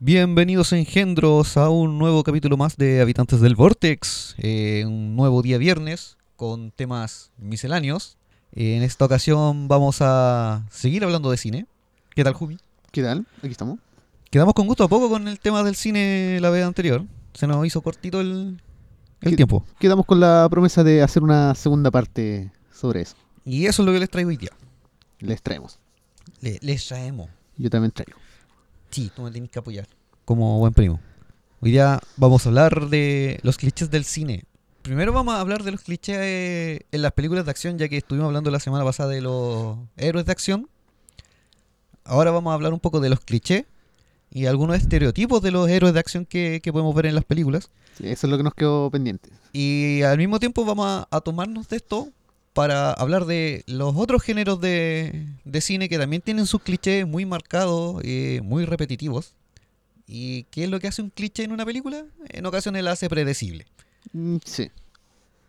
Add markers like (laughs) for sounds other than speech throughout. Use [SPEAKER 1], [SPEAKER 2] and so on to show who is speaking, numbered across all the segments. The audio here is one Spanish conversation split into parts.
[SPEAKER 1] Bienvenidos engendros a un nuevo capítulo más de Habitantes del Vortex, Eh, un nuevo día viernes con temas misceláneos. en esta ocasión vamos a seguir hablando de cine. ¿Qué tal, Jumi?
[SPEAKER 2] ¿Qué tal? Aquí estamos.
[SPEAKER 1] Quedamos con gusto a poco con el tema del cine la vez anterior. Se nos hizo cortito el, el
[SPEAKER 2] Sí.
[SPEAKER 1] tiempo.
[SPEAKER 2] Quedamos con la promesa de hacer una segunda parte sobre eso.
[SPEAKER 1] Y eso es lo que les traigo hoy día.
[SPEAKER 2] Les traemos.
[SPEAKER 1] Le- les traemos.
[SPEAKER 2] Yo también traigo.
[SPEAKER 1] Sí, tú me tenés que apoyar. Como buen primo. Hoy día vamos a hablar de los clichés del cine. Primero vamos a hablar de los clichés eh, en las películas de acción, ya que estuvimos hablando la semana pasada de los héroes de acción. Ahora vamos a hablar un poco de los clichés y algunos estereotipos de los héroes de acción que, que podemos ver en las películas.
[SPEAKER 2] Sí, eso es lo que nos quedó pendiente.
[SPEAKER 1] Y al mismo tiempo vamos a, a tomarnos de esto para hablar de los otros géneros de, de cine que también tienen sus clichés muy marcados, eh, muy repetitivos. ¿Y qué es lo que hace un cliché en una película? En ocasiones la hace predecible.
[SPEAKER 2] Mm, Sí.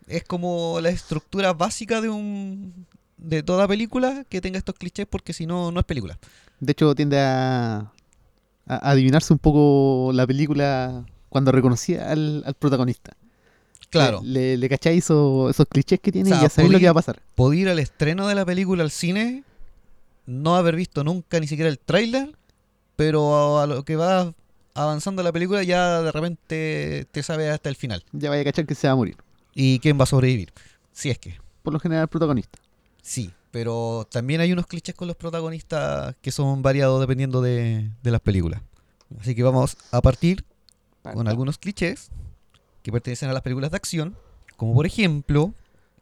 [SPEAKER 1] Es como la estructura básica de un de toda película que tenga estos clichés porque si no, no es película.
[SPEAKER 2] De hecho, tiende a, a adivinarse un poco la película cuando reconocía al, al protagonista.
[SPEAKER 1] Claro.
[SPEAKER 2] Le, le, le cacháis eso- esos clichés que tiene
[SPEAKER 1] O sea,
[SPEAKER 2] y ya sabéis lo
[SPEAKER 1] podí-
[SPEAKER 2] que va a pasar.
[SPEAKER 1] podía ir al estreno de la película al cine, no haber visto nunca ni siquiera el tráiler, pero a, a lo que va avanzando la película ya de repente te sabes hasta el final.
[SPEAKER 2] Ya vaya a cachar que se va a morir.
[SPEAKER 1] ¿Y quién va a sobrevivir? Si es que,
[SPEAKER 2] Por lo general, el protagonista.
[SPEAKER 1] sí. Pero también hay unos clichés con los protagonistas que son variados dependiendo de, de las películas. Así que vamos a partir con algunos clichés que pertenecen a las películas de acción, como por ejemplo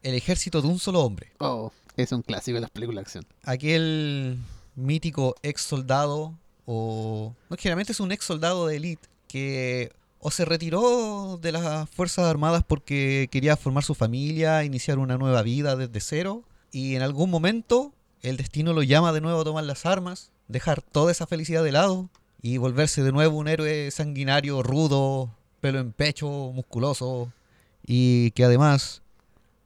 [SPEAKER 1] el ejército de un solo hombre.
[SPEAKER 2] Oh, es un clásico de las películas de acción.
[SPEAKER 1] aquel mítico ex soldado o no generalmente es un ex soldado de élite que o se retiró de las fuerzas armadas porque quería formar su familia, iniciar una nueva vida desde cero y en algún momento el destino lo llama de nuevo a tomar las armas, dejar toda esa felicidad de lado y volverse de nuevo un héroe sanguinario, rudo, pelo en pecho, musculoso y que además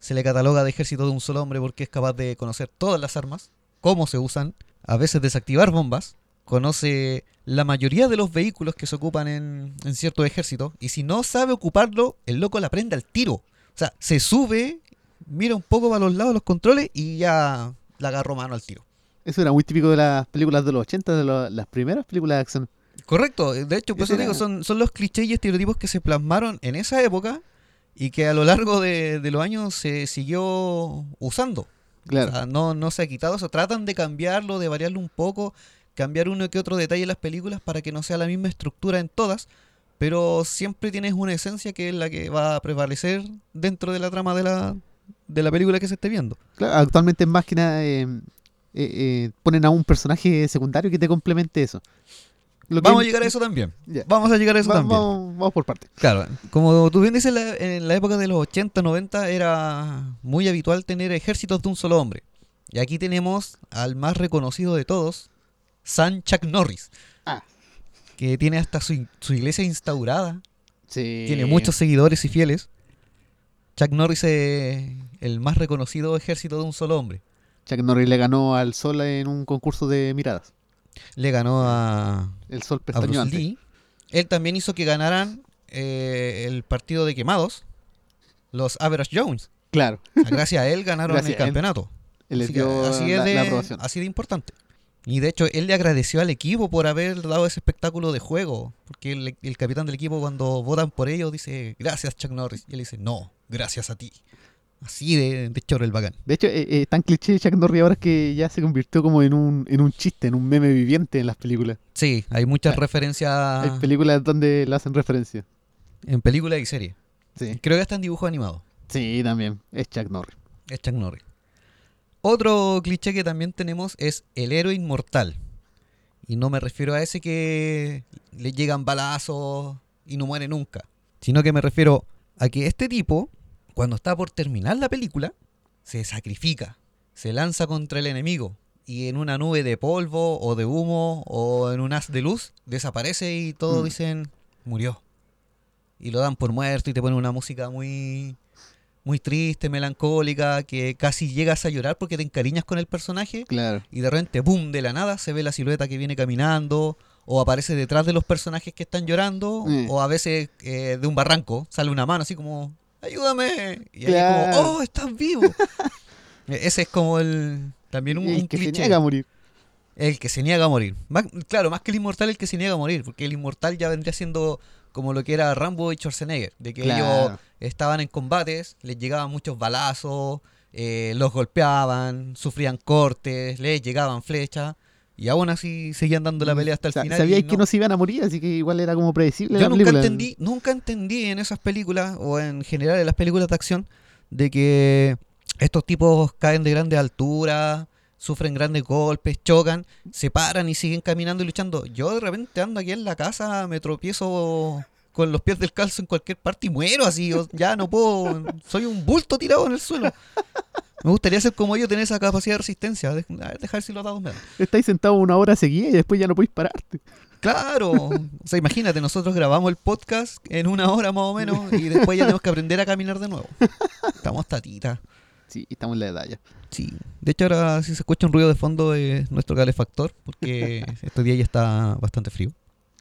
[SPEAKER 1] se le cataloga de ejército de un solo hombre porque es capaz de conocer todas las armas, cómo se usan, a veces desactivar bombas, conoce la mayoría de los vehículos que se ocupan en, en cierto ejército, y si no sabe ocuparlo, el loco la prende al tiro. O sea, se sube, mira un poco para los lados los controles y ya la agarró mano al tiro.
[SPEAKER 2] Eso era muy típico de las películas de los 80, de lo- las primeras películas de acción.
[SPEAKER 1] Correcto, de hecho, por
[SPEAKER 2] Ese
[SPEAKER 1] eso te
[SPEAKER 2] era-
[SPEAKER 1] digo, son, son los clichés y estereotipos que se plasmaron en esa época y que a lo largo de, de los años se siguió usando.
[SPEAKER 2] Claro.
[SPEAKER 1] O sea, no, no se ha quitado eso. Tratan de cambiarlo, de variarlo un poco, cambiar uno que otro detalle en las películas para que no sea la misma estructura en todas, pero siempre tienes una esencia que es la que va a prevalecer dentro de la trama de la, de la película que se esté viendo.
[SPEAKER 2] Claro, actualmente en máquina eh, eh, eh, ponen a un personaje secundario que te complemente eso. Lo que-
[SPEAKER 1] Vamos a llegar a eso también.
[SPEAKER 2] Ya.
[SPEAKER 1] Vamos a llegar a eso
[SPEAKER 2] Va-
[SPEAKER 1] también.
[SPEAKER 2] vamos- vamos por parte.
[SPEAKER 1] Claro, como tú bien dices, la- en la época de los 80, 90 era muy habitual tener ejércitos de un solo hombre. Y aquí tenemos al más reconocido de todos, San Chuck Norris.
[SPEAKER 2] Ah.
[SPEAKER 1] Que tiene hasta su, su iglesia instaurada.
[SPEAKER 2] Sí.
[SPEAKER 1] Tiene muchos seguidores y fieles. Chuck Norris es el más reconocido ejército de un solo hombre.
[SPEAKER 2] Chuck Norris le ganó al sol en un concurso de miradas.
[SPEAKER 1] Le ganó a,
[SPEAKER 2] El sol
[SPEAKER 1] a Bruce
[SPEAKER 2] pestañó antes.
[SPEAKER 1] Lee. Él también hizo que ganaran eh, el partido de quemados, los Average Jones.
[SPEAKER 2] Claro.
[SPEAKER 1] Gracias a él ganaron
[SPEAKER 2] Gracias
[SPEAKER 1] el
[SPEAKER 2] a él.
[SPEAKER 1] campeonato.
[SPEAKER 2] Él le
[SPEAKER 1] Así que
[SPEAKER 2] dio
[SPEAKER 1] así,
[SPEAKER 2] la,
[SPEAKER 1] es de,
[SPEAKER 2] la aprobación.
[SPEAKER 1] así de importante. Y de hecho, él le agradeció al equipo por haber dado ese espectáculo de juego. Porque el, el capitán del equipo, cuando votan por ellos, dice gracias, Chuck Norris. Y él dice no, gracias a ti. Así de, de choro el bacán.
[SPEAKER 2] De hecho, eh, eh, tan cliché Chuck Norris ahora es que ya se convirtió como en un, en un chiste, en un meme viviente en las películas.
[SPEAKER 1] Sí, hay muchas
[SPEAKER 2] Claro.
[SPEAKER 1] referencias
[SPEAKER 2] Hay películas donde le hacen referencia.
[SPEAKER 1] en películas y series.
[SPEAKER 2] Sí.
[SPEAKER 1] Creo que hasta en dibujos animados.
[SPEAKER 2] Sí, también. Es Chuck Norris.
[SPEAKER 1] Es Chuck Norris. Otro cliché que también tenemos es el héroe inmortal. Y no me refiero a ese que le llegan balazos y no muere nunca. Sino que me refiero a que este tipo, cuando está por terminar la película, se sacrifica, se lanza contra el enemigo. Y en una nube de polvo o de humo o en un haz de luz, desaparece y todos
[SPEAKER 2] Mm.
[SPEAKER 1] dicen, murió. Y lo dan por muerto y te ponen una música muy muy triste, melancólica, que casi llegas a llorar porque te encariñas con el personaje
[SPEAKER 2] Claro.
[SPEAKER 1] y de repente, ¡boom!, de la nada se ve la silueta que viene caminando o aparece detrás de los personajes que están llorando,
[SPEAKER 2] Eh.
[SPEAKER 1] o a veces eh, de un barranco sale una mano así como, ayúdame. Y ahí
[SPEAKER 2] Claro.
[SPEAKER 1] como, oh, estás vivo. (laughs) E- Ese es como el... También un,
[SPEAKER 2] Y
[SPEAKER 1] un
[SPEAKER 2] que se
[SPEAKER 1] cliché.
[SPEAKER 2] niega a morir.
[SPEAKER 1] El que se niega a morir. Más- claro, más que el inmortal, el que se niega a morir. Porque el inmortal ya vendría siendo como lo que era Rambo y Schwarzenegger. De que
[SPEAKER 2] Claro.
[SPEAKER 1] ellos estaban en combates, les llegaban muchos balazos, eh, los golpeaban, sufrían cortes, les llegaban flechas. Y aún así seguían dando la pelea hasta el
[SPEAKER 2] Mm, Sa-
[SPEAKER 1] final.
[SPEAKER 2] Sabíais
[SPEAKER 1] y
[SPEAKER 2] que no se iban a morir, así que igual era como predecible.
[SPEAKER 1] yo
[SPEAKER 2] la
[SPEAKER 1] nunca
[SPEAKER 2] película.
[SPEAKER 1] entendí, nunca entendí en esas películas, o en general en las películas de acción, de que estos tipos caen de grandes alturas, sufren grandes golpes, chocan, se paran y siguen caminando y luchando. Yo de repente ando aquí en la casa, me tropiezo con los pies del calzo en cualquier parte y muero así, o- ya no puedo, soy un bulto tirado en el suelo. Me gustaría ser como ellos, tener esa capacidad de resistencia, de, a ver, dejar si los dados me dan.
[SPEAKER 2] Estáis sentados una hora seguida y después ya no podéis pararte.
[SPEAKER 1] Claro, o sea, imagínate, nosotros grabamos el podcast en una hora más o menos y después ya tenemos que aprender a caminar de nuevo. Estamos tatitas.
[SPEAKER 2] Sí, estamos en la edad ya.
[SPEAKER 1] Sí. De hecho, ahora si se escucha un ruido de fondo es nuestro calefactor, porque este día ya está bastante frío.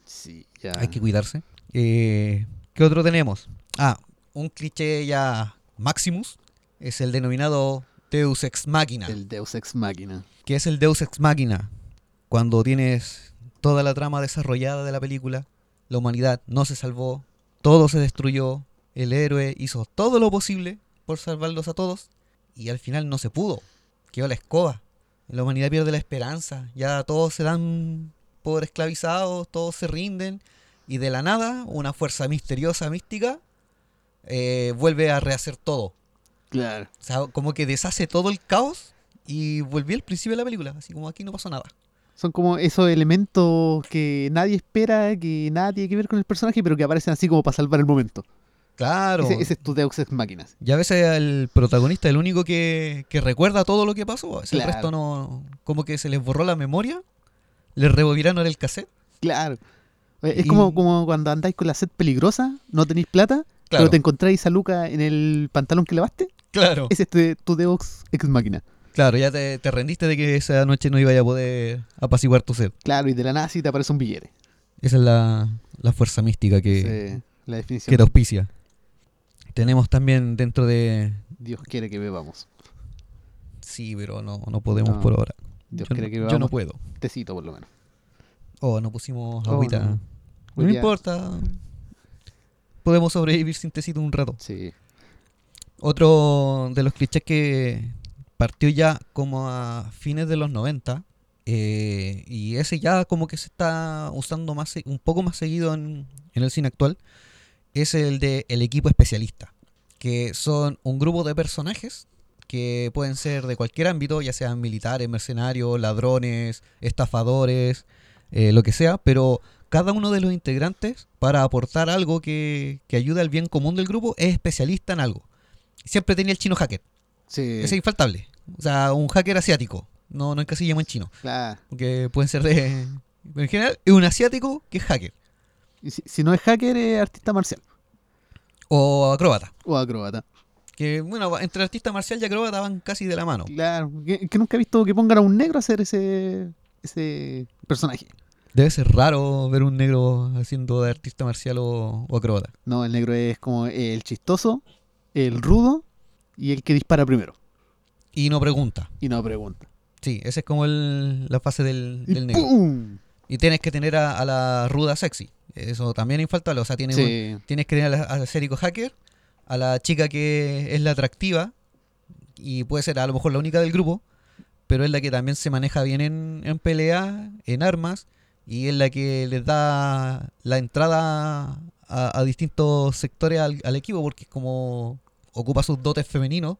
[SPEAKER 2] Sí, ya.
[SPEAKER 1] Hay que cuidarse. Eh, ¿Qué otro tenemos? Ah, un cliché ya Maximus es el denominado Deus Ex Machina.
[SPEAKER 2] El Deus Ex Máquina.
[SPEAKER 1] que es el Deus Ex Machina, cuando tienes toda la trama desarrollada de la película, la humanidad no se salvó, todo se destruyó, el héroe hizo todo lo posible por salvarlos a todos y al final no se pudo, quedó la escoba, la humanidad pierde la esperanza, ya todos se dan por esclavizados, todos se rinden y de la nada una fuerza misteriosa, mística, eh, vuelve a rehacer todo.
[SPEAKER 2] Claro.
[SPEAKER 1] O sea, como que deshace todo el caos y volví al principio de la película. Así como aquí no pasó nada.
[SPEAKER 2] Son como esos elementos que nadie espera, que nada tiene que ver con el personaje, pero que aparecen así como para salvar el momento.
[SPEAKER 1] Claro.
[SPEAKER 2] Ese, ese es tu Deus Ex Máquina.
[SPEAKER 1] Y a veces el protagonista es el único que, que recuerda todo lo que pasó. El
[SPEAKER 2] Claro.
[SPEAKER 1] resto no. Como que se les borró la memoria. Les rebobinaron el cassette.
[SPEAKER 2] Claro. Eh, Es
[SPEAKER 1] Y-
[SPEAKER 2] como, como cuando andáis con la sed peligrosa, no tenéis plata,
[SPEAKER 1] Claro,
[SPEAKER 2] pero te encontráis a Luca en el pantalón que lavaste.
[SPEAKER 1] claro.
[SPEAKER 2] Ese es tu, tu Deus Ex Máquina.
[SPEAKER 1] Claro, ya te, te rendiste de que esa noche no iba a poder apaciguar tu sed.
[SPEAKER 2] Claro, y de la nada sí te aparece un billete.
[SPEAKER 1] Esa es la, la fuerza mística que,
[SPEAKER 2] Ese- la definición.
[SPEAKER 1] que te auspicia. Tenemos también dentro de.
[SPEAKER 2] Dios quiere que bebamos.
[SPEAKER 1] Sí, pero no, no podemos
[SPEAKER 2] No.
[SPEAKER 1] por ahora.
[SPEAKER 2] Dios
[SPEAKER 1] Yo
[SPEAKER 2] quiere
[SPEAKER 1] no-
[SPEAKER 2] que
[SPEAKER 1] yo
[SPEAKER 2] bebamos.
[SPEAKER 1] no puedo.
[SPEAKER 2] Tecito, por lo menos.
[SPEAKER 1] Oh, no pusimos
[SPEAKER 2] Oh,
[SPEAKER 1] agüita.
[SPEAKER 2] no.
[SPEAKER 1] no
[SPEAKER 2] Hoy día-
[SPEAKER 1] importa. Podemos sobrevivir sin tecito un rato.
[SPEAKER 2] Sí.
[SPEAKER 1] Otro de los clichés que partió ya como a fines de los 90. eh, y ese ya como que se está usando más se- un poco más seguido en, en el cine actual. Es el de el equipo especialista. Que son un grupo de personajes que pueden ser de cualquier ámbito, ya sean militares, mercenarios, ladrones, estafadores, eh, lo que sea, pero cada uno de los integrantes, para aportar algo que, que ayude al bien común del grupo, es especialista en algo. Siempre tenía el chino hacker,
[SPEAKER 2] Sí.
[SPEAKER 1] ese es infaltable. O sea, un hacker asiático, no, no encasillamos en chino,
[SPEAKER 2] Claro.
[SPEAKER 1] porque pueden ser de... (laughs) En general, es un asiático que es hacker,
[SPEAKER 2] Y si, si no es hacker, es artista marcial.
[SPEAKER 1] o acróbata.
[SPEAKER 2] O acróbata.
[SPEAKER 1] Que, bueno, entre artista marcial y acróbata van casi de la mano.
[SPEAKER 2] Claro. Que, que nunca he visto que pongan a un negro a hacer ese, ese personaje.
[SPEAKER 1] Debe ser raro ver un negro haciendo de artista marcial o, o acróbata.
[SPEAKER 2] No, el negro es como el chistoso, el rudo y el que dispara primero.
[SPEAKER 1] Y no pregunta.
[SPEAKER 2] Y no pregunta.
[SPEAKER 1] Sí, esa es como el- la fase del,
[SPEAKER 2] Y
[SPEAKER 1] del negro.
[SPEAKER 2] ¡pum!
[SPEAKER 1] Y tienes que tener a, a la ruda sexy. Eso también es infaltable. O sea, tienes, un-
[SPEAKER 2] Sí.
[SPEAKER 1] tienes que tener a la- al Serico Hacker, a la chica que es la atractiva y puede ser a lo mejor la única del grupo, pero es la que también se maneja bien en, en pelea, en armas y es la que les da la entrada a, a distintos sectores al, al equipo porque es como ocupa sus dotes femeninos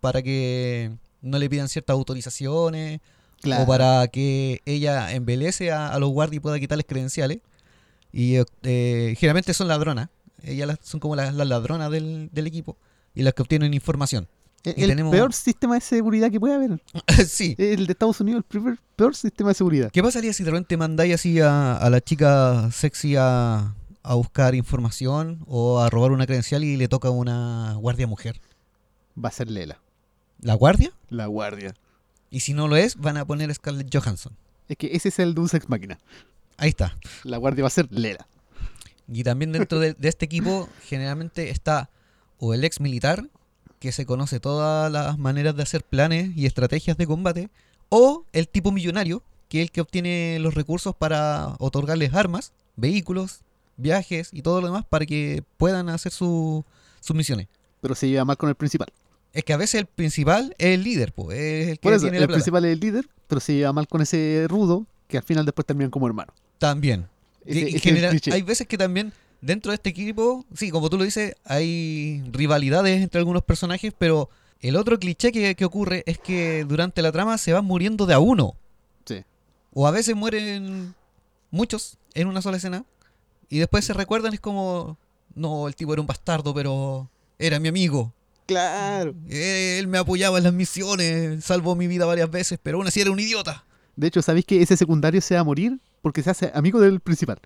[SPEAKER 1] para que no le pidan ciertas autorizaciones
[SPEAKER 2] Claro.
[SPEAKER 1] o para que ella embelece a, a los guardias y pueda quitarles credenciales. Y eh, generalmente son ladronas. Ellas las- son como las, las ladronas del, del equipo y las que obtienen información. (laughs)
[SPEAKER 2] El,
[SPEAKER 1] y
[SPEAKER 2] E-, el
[SPEAKER 1] tenemos-
[SPEAKER 2] peor sistema de seguridad que puede haber.
[SPEAKER 1] sí.
[SPEAKER 2] El de Estados Unidos, el primer- peor sistema de seguridad.
[SPEAKER 1] ¿Qué pasaría si de repente mandáis así a, a la chica sexy a, a buscar información o a robar una credencial y le toca una guardia mujer?
[SPEAKER 2] Va a ser Lela,
[SPEAKER 1] ¿La guardia?
[SPEAKER 2] la guardia.
[SPEAKER 1] Y si no lo es, van a poner a Scarlett Johansson.
[SPEAKER 2] Es que ese es el Deus Ex Máquina.
[SPEAKER 1] Ahí está.
[SPEAKER 2] La guardia va a ser Lela.
[SPEAKER 1] Y también dentro de, de este equipo generalmente está o el ex militar, que se conoce todas las maneras de hacer planes y estrategias de combate, o el tipo millonario, que es el que obtiene los recursos para otorgarles armas, vehículos, viajes y todo lo demás para que puedan hacer su- sus misiones.
[SPEAKER 2] Pero se lleva mal con el principal.
[SPEAKER 1] Es que a veces el principal es el líder, pues, es el que
[SPEAKER 2] Por eso,
[SPEAKER 1] tiene
[SPEAKER 2] el
[SPEAKER 1] la plata.
[SPEAKER 2] principal es el líder, pero se lleva mal con ese rudo que al final después terminan como hermano.
[SPEAKER 1] También.
[SPEAKER 2] Ese-
[SPEAKER 1] Y- y
[SPEAKER 2] ese es el
[SPEAKER 1] general-
[SPEAKER 2] cliché.
[SPEAKER 1] hay veces que también dentro de este equipo, sí, como tú lo dices, hay rivalidades entre algunos personajes, pero el otro cliché que, que ocurre es que durante la trama se van muriendo de a uno.
[SPEAKER 2] Sí.
[SPEAKER 1] O a veces mueren muchos en una sola escena y después se recuerdan, es como, no, el tipo era un bastardo, pero era mi amigo.
[SPEAKER 2] Claro.
[SPEAKER 1] Él me apoyaba en las misiones, salvó mi vida varias veces, pero aún así era un idiota.
[SPEAKER 2] De hecho, ¿sabéis que ese secundario se va a morir? Porque se hace amigo del principal.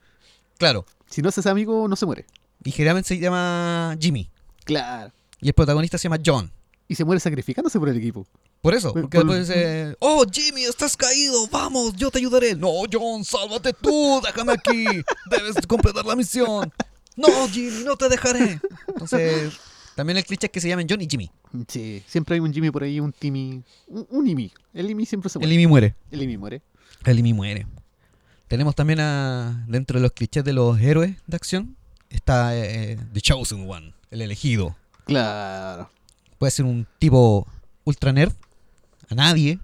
[SPEAKER 1] Claro.
[SPEAKER 2] Si no se hace amigo, no se muere.
[SPEAKER 1] Y generalmente se llama Jimmy.
[SPEAKER 2] Claro.
[SPEAKER 1] Y el protagonista se llama John.
[SPEAKER 2] Y se muere sacrificándose por el equipo.
[SPEAKER 1] Por eso,
[SPEAKER 2] Por-
[SPEAKER 1] porque
[SPEAKER 2] por-
[SPEAKER 1] después dice, oh Jimmy, estás caído, vamos, yo te ayudaré. No, John, sálvate tú, déjame aquí, debes completar la misión. No, Jimmy, no te dejaré. Entonces, también el cliché es que se llamen John y Jimmy.
[SPEAKER 2] Sí. Siempre hay un Jimmy por ahí, un Timmy. Un, un Imi. El Imi siempre se muere.
[SPEAKER 1] Jimmy muere.
[SPEAKER 2] El Imi muere.
[SPEAKER 1] El Jimmy muere. Tenemos también a, dentro de los clichés de los héroes de acción, está eh, The Chosen One, el elegido.
[SPEAKER 2] Claro.
[SPEAKER 1] Puede ser un tipo ultra nerd, a nadie,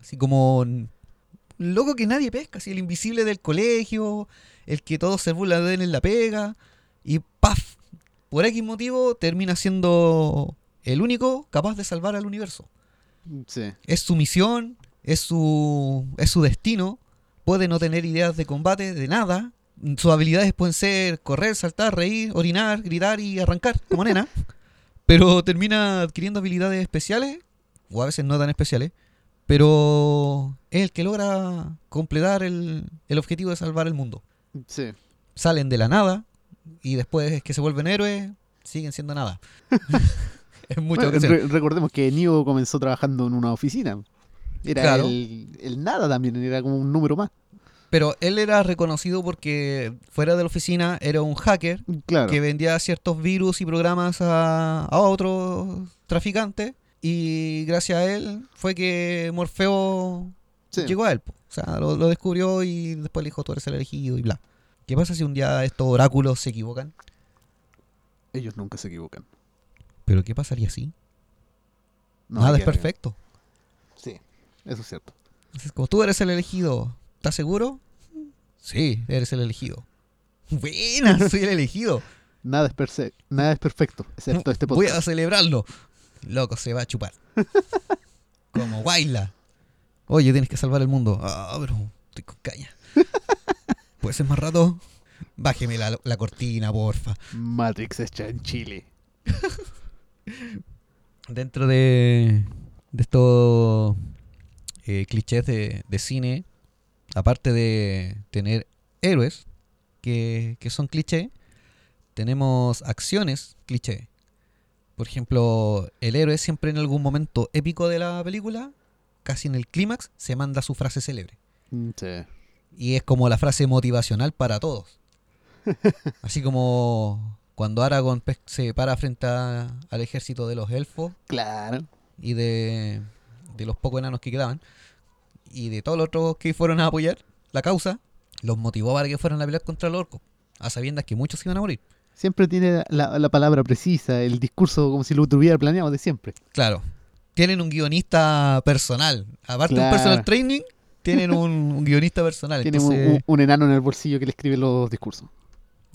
[SPEAKER 1] así como n- loco que nadie pesca, así el invisible del colegio, el que todos se burlan de él en la pega, y ¡paf! Por X motivo termina siendo el único capaz de salvar al universo.
[SPEAKER 2] Sí.
[SPEAKER 1] Es su misión, es su, es su destino, puede no tener ideas de combate, de nada. Sus habilidades pueden ser correr, saltar, reír, orinar, gritar y arrancar, como nena. Pero termina adquiriendo habilidades especiales, o a veces no tan especiales, pero es el que logra completar el, el objetivo de salvar el mundo.
[SPEAKER 2] Sí.
[SPEAKER 1] Salen de la nada y después es que se vuelven héroes, siguen siendo nada. (laughs) es mucho
[SPEAKER 2] Bueno,
[SPEAKER 1] que hacer.
[SPEAKER 2] re- recordemos que Neo comenzó trabajando en una oficina. Era
[SPEAKER 1] Claro.
[SPEAKER 2] el, el nada también, era como un número más.
[SPEAKER 1] Pero él era reconocido porque fuera de la oficina era un hacker
[SPEAKER 2] Claro.
[SPEAKER 1] que vendía ciertos virus y programas a, a otros traficantes. Y gracias a él fue que Morfeo
[SPEAKER 2] Sí.
[SPEAKER 1] llegó a él. po. O sea, lo, lo descubrió y después le dijo, tú eres el elegido y bla. ¿Qué pasa si un día estos oráculos se equivocan?
[SPEAKER 2] Ellos nunca se equivocan.
[SPEAKER 1] ¿Pero qué pasaría si?
[SPEAKER 2] No,
[SPEAKER 1] Nada
[SPEAKER 2] hay
[SPEAKER 1] es
[SPEAKER 2] que-
[SPEAKER 1] perfecto.
[SPEAKER 2] Sí, eso es cierto.
[SPEAKER 1] Entonces, como tú eres el elegido, ¿estás seguro? Sí, eres el elegido. (laughs) Buena, soy el elegido.
[SPEAKER 2] Nada es, perse- nada es perfecto, excepto este
[SPEAKER 1] Mm, Voy a
[SPEAKER 2] podcast.
[SPEAKER 1] celebrarlo. Loco, se va a chupar. (laughs) Como baila. Oye, tienes que salvar el mundo. Ah, pero estoy con
[SPEAKER 2] (laughs)
[SPEAKER 1] caña. ¿Puede ser más rato? Bájeme la, la cortina, porfa.
[SPEAKER 2] Matrix hecha en Chile.
[SPEAKER 1] Dentro de, de estos eh, clichés de, de cine, aparte de tener héroes que, que son clichés, tenemos acciones cliché. Por ejemplo, el héroe siempre en algún momento épico de la película, casi en el clímax, se manda su frase célebre.
[SPEAKER 2] Mm, Sí.
[SPEAKER 1] Y es como la frase motivacional para todos. Así como cuando Aragorn pe- se para frente a- al ejército de los elfos
[SPEAKER 2] Claro.
[SPEAKER 1] y de, de los pocos enanos que quedaban y de todos los otros que fueron a apoyar la causa, los motivó para que fueran a pelear contra los orcos, a sabiendas que muchos iban a morir.
[SPEAKER 2] Siempre tiene la, la palabra precisa, el discurso como si lo tuviera planeado de siempre.
[SPEAKER 1] Claro, tienen un guionista personal, aparte de un
[SPEAKER 2] Claro.
[SPEAKER 1] personal training, tienen un, un guionista personal.
[SPEAKER 2] Tiene un,
[SPEAKER 1] entonces-
[SPEAKER 2] un- un enano en el bolsillo que le escribe los discursos.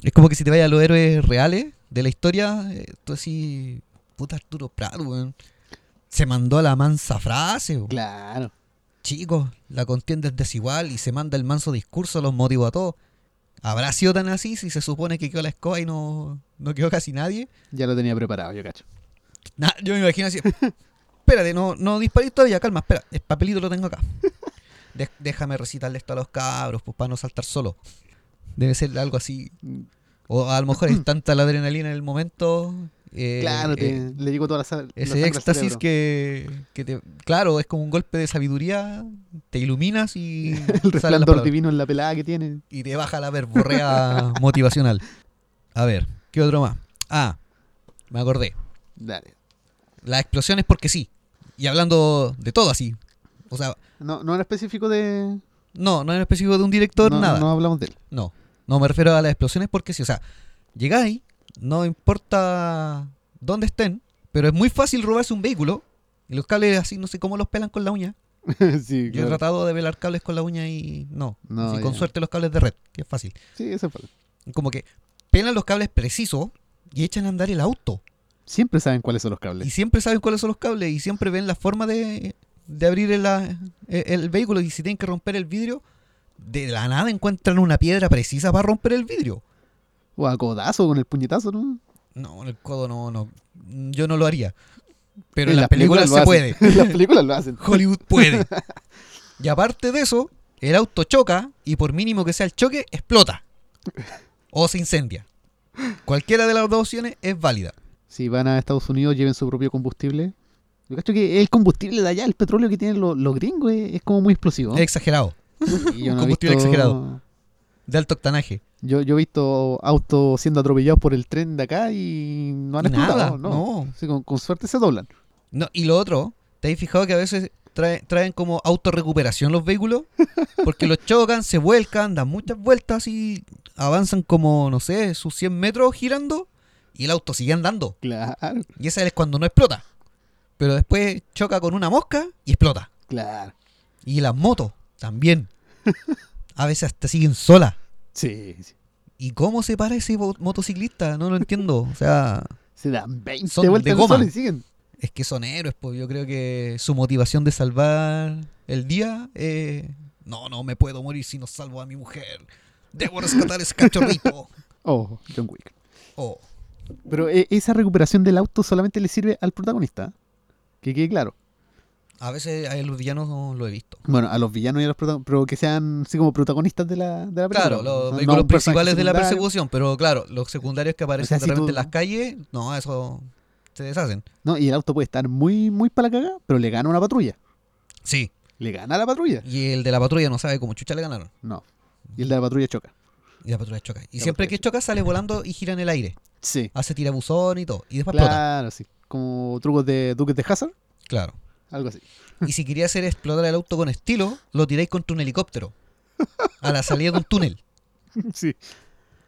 [SPEAKER 1] Es como que si te vayas a los héroes reales de la historia, eh, tú así, puta Arturo Prat, weón. Se mandó la mansa frase, weón.
[SPEAKER 2] Claro.
[SPEAKER 1] chicos, la contienda es desigual y se manda el manso discurso, los motivó a todos. ¿Habrá sido tan así si se supone que quedó la escoba y no, no quedó casi nadie?
[SPEAKER 2] Ya lo tenía preparado, yo cacho.
[SPEAKER 1] Na- yo me imagino así. Espérate, no, no disparís todavía, calma, espera, el papelito lo tengo acá. Dej- déjame recitarle esto a los cabros, pues para no saltar solo. Debe ser algo así. O a lo mejor es tanta la adrenalina en el momento eh,
[SPEAKER 2] claro, te-
[SPEAKER 1] eh,
[SPEAKER 2] le llegó toda la sal. la
[SPEAKER 1] ese
[SPEAKER 2] sangre al
[SPEAKER 1] éxtasis
[SPEAKER 2] cerebro.
[SPEAKER 1] que, que te, claro, es como un golpe de sabiduría, te iluminas y,
[SPEAKER 2] (laughs) El
[SPEAKER 1] salen las
[SPEAKER 2] resplandor
[SPEAKER 1] palabras.
[SPEAKER 2] divino en la pelada que tiene.
[SPEAKER 1] y te baja la
[SPEAKER 2] (laughs)
[SPEAKER 1] verborrea motivacional. A ver, ¿qué otro más? Ah, me acordé.
[SPEAKER 2] Dale.
[SPEAKER 1] Las explosiones porque sí. Y hablando de todo así. O sea,
[SPEAKER 2] No, no era específico de.
[SPEAKER 1] no, no en específico de un director,
[SPEAKER 2] no,
[SPEAKER 1] nada.
[SPEAKER 2] no hablamos de él.
[SPEAKER 1] No, no me refiero a las explosiones porque sí, o sea, llegáis, no importa dónde estén, pero es muy fácil robarse un vehículo y los cables así, no sé cómo los pelan con la uña. (laughs)
[SPEAKER 2] sí,
[SPEAKER 1] Yo he
[SPEAKER 2] claro.
[SPEAKER 1] tratado de velar cables con la uña y no,
[SPEAKER 2] No,
[SPEAKER 1] así, con
[SPEAKER 2] ya.
[SPEAKER 1] suerte los cables de red, que es fácil.
[SPEAKER 2] Sí, ese fue.
[SPEAKER 1] Como que pelan los cables precisos y echan a andar el auto.
[SPEAKER 2] Siempre saben cuáles son los
[SPEAKER 1] Y
[SPEAKER 2] cables.
[SPEAKER 1] siempre saben cuáles son los cables y siempre ven la forma de, de abrir el, la- e, el vehículo y si tienen que romper el vidrio, de la nada encuentran una piedra precisa para romper el vidrio.
[SPEAKER 2] O a codazo con el puñetazo, ¿no?
[SPEAKER 1] No, el codo no, no. Yo no lo haría. Pero
[SPEAKER 2] En
[SPEAKER 1] en las películas, se
[SPEAKER 2] lo
[SPEAKER 1] puede.
[SPEAKER 2] hacen. (laughs) En las películas
[SPEAKER 1] (laughs)
[SPEAKER 2] lo hacen.
[SPEAKER 1] Hollywood
[SPEAKER 2] (laughs)
[SPEAKER 1] puede. Y aparte de eso, el auto choca y por mínimo que sea el choque, explota. O se incendia. Cualquiera de las dos opciones es válida.
[SPEAKER 2] Si van a Estados Unidos, lleven su propio combustible. Yo cacho que el combustible de allá, el petróleo que tienen los, los gringos, es, es como muy explosivo.
[SPEAKER 1] Es Exagerado.
[SPEAKER 2] Y yo
[SPEAKER 1] un
[SPEAKER 2] no he
[SPEAKER 1] combustible
[SPEAKER 2] visto-
[SPEAKER 1] exagerado. De alto octanaje.
[SPEAKER 2] Yo, yo he visto autos siendo atropellados por el tren de acá y no han explotado.
[SPEAKER 1] Nada,
[SPEAKER 2] no.
[SPEAKER 1] no.
[SPEAKER 2] Sí, con, con suerte se doblan.
[SPEAKER 1] No, y lo otro, ¿te habéis fijado que a veces trae- traen como autorrecuperación los vehículos? Porque los chocan, se vuelcan, dan muchas vueltas y avanzan como, no sé, sus 100 metros girando y el auto sigue andando.
[SPEAKER 2] Claro,
[SPEAKER 1] Y esa es cuando no explota. Pero después choca con una mosca y explota.
[SPEAKER 2] claro.
[SPEAKER 1] Y las motos también. A veces hasta siguen solas.
[SPEAKER 2] Sí, sí.
[SPEAKER 1] ¿Y cómo se para ese bo- motociclista? No lo entiendo. O sea,
[SPEAKER 2] Se dan 20
[SPEAKER 1] Son de
[SPEAKER 2] vueltas al
[SPEAKER 1] goma.
[SPEAKER 2] sol y siguen.
[SPEAKER 1] Es que son héroes, pues yo creo que su motivación de salvar el día eh, no, no me puedo morir si no salvo a mi mujer. Debo rescatar ese cachorrito.
[SPEAKER 2] Oh, John Wick.
[SPEAKER 1] Oh,
[SPEAKER 2] Pero eh, esa recuperación del auto solamente le sirve al protagonista. ¿eh? Que quede claro.
[SPEAKER 1] a veces a los villanos no lo he visto.
[SPEAKER 2] Bueno, a los villanos y a los protagonistas, pero que sean así como protagonistas de la, de la película.
[SPEAKER 1] Claro,
[SPEAKER 2] No-
[SPEAKER 1] los
[SPEAKER 2] no
[SPEAKER 1] vehículos
[SPEAKER 2] un personaje
[SPEAKER 1] principales de la
[SPEAKER 2] secundario.
[SPEAKER 1] persecución, pero claro, los secundarios que aparecen
[SPEAKER 2] O sea,
[SPEAKER 1] de
[SPEAKER 2] si tú-
[SPEAKER 1] repente en las calles, no, eso se deshacen.
[SPEAKER 2] No, y el auto puede estar muy, muy para la cagada, pero le gana una patrulla.
[SPEAKER 1] Sí,
[SPEAKER 2] Le gana a la patrulla.
[SPEAKER 1] y el de la patrulla no sabe cómo chucha le ganaron.
[SPEAKER 2] No. Y el de la patrulla choca.
[SPEAKER 1] Y la patrulla choca. Y
[SPEAKER 2] La
[SPEAKER 1] siempre que
[SPEAKER 2] patrulla
[SPEAKER 1] choca sale volando y gira en el aire.
[SPEAKER 2] Sí.
[SPEAKER 1] Hace tirabuzón y todo. Y después explota.
[SPEAKER 2] Claro, sí. Como trucos de Duques de Hazard,
[SPEAKER 1] Claro.
[SPEAKER 2] algo así. (laughs)
[SPEAKER 1] Y si quería hacer explotar el auto con estilo, lo tiráis contra un helicóptero. A la salida de un túnel.
[SPEAKER 2] sí.
[SPEAKER 1] Eh.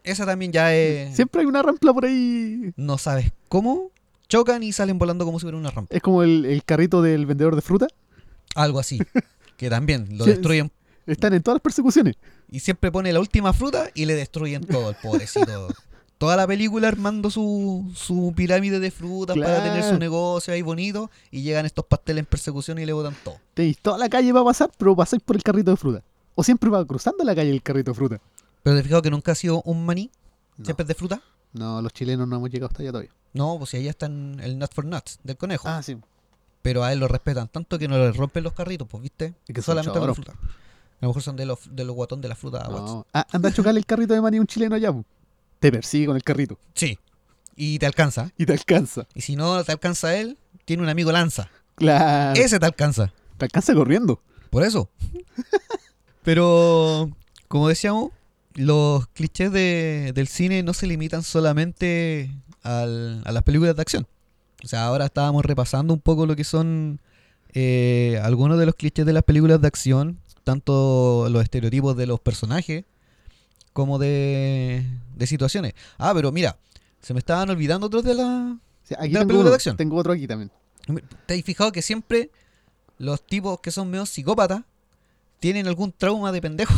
[SPEAKER 1] Esa también ya es.
[SPEAKER 2] Siempre hay una rampla por ahí.
[SPEAKER 1] No sabes cómo. Chocan y salen volando como si fuera una rampa.
[SPEAKER 2] Es como el, el carrito del vendedor de fruta.
[SPEAKER 1] Algo así. Que también lo
[SPEAKER 2] Sí,
[SPEAKER 1] destruyen.
[SPEAKER 2] Están en todas las persecuciones.
[SPEAKER 1] Y siempre pone la última fruta y le destruyen todo al
[SPEAKER 2] (laughs)
[SPEAKER 1] pobrecito. Toda la película armando su, su pirámide de frutas para tener su
[SPEAKER 2] Claro.
[SPEAKER 1] negocio ahí bonito. Y llegan estos pasteles en persecución y le botan todo.
[SPEAKER 2] Tenéis toda la calle va a pasar, pero pasáis por el carrito de fruta. O siempre va cruzando la calle el carrito de fruta.
[SPEAKER 1] Pero te has fijado que nunca ha sido un maní,
[SPEAKER 2] No,
[SPEAKER 1] siempre es de fruta.
[SPEAKER 2] no, los chilenos no hemos llegado hasta allá todavía.
[SPEAKER 1] No, pues si allá están el Nut for Nuts del conejo.
[SPEAKER 2] Ah, sí.
[SPEAKER 1] Pero a él lo respetan tanto que no le rompen los carritos, pues viste.
[SPEAKER 2] Es que son
[SPEAKER 1] Solamente con la
[SPEAKER 2] choros.
[SPEAKER 1] fruta. A lo mejor son de los, de los guatón de la fruta. guachos.
[SPEAKER 2] No. Ah, anda a chocarle el carrito de maní a un chileno allá. po. Te persigue con el carrito
[SPEAKER 1] Sí. Y te alcanza.
[SPEAKER 2] y te alcanza.
[SPEAKER 1] Y si no te alcanza él, tiene un amigo lanza.
[SPEAKER 2] Claro.
[SPEAKER 1] Ese te alcanza.
[SPEAKER 2] Te alcanza corriendo.
[SPEAKER 1] Por eso. (laughs) Pero, como decíamos, los clichés de- del cine no se limitan solamente al- a las películas de acción. O sea, ahora estábamos repasando un poco lo que son eh, algunos de los clichés de las películas de acción, tanto los estereotipos de los personajes como de, de situaciones. Ah, pero mira, se me estaban olvidando otros de la...
[SPEAKER 2] O sea, aquí
[SPEAKER 1] De la
[SPEAKER 2] tengo,
[SPEAKER 1] película de
[SPEAKER 2] uno,
[SPEAKER 1] acción.
[SPEAKER 2] tengo otro aquí también.
[SPEAKER 1] ¿Te has fijado que siempre los tipos que son medio psicópatas tienen algún trauma de pendejo?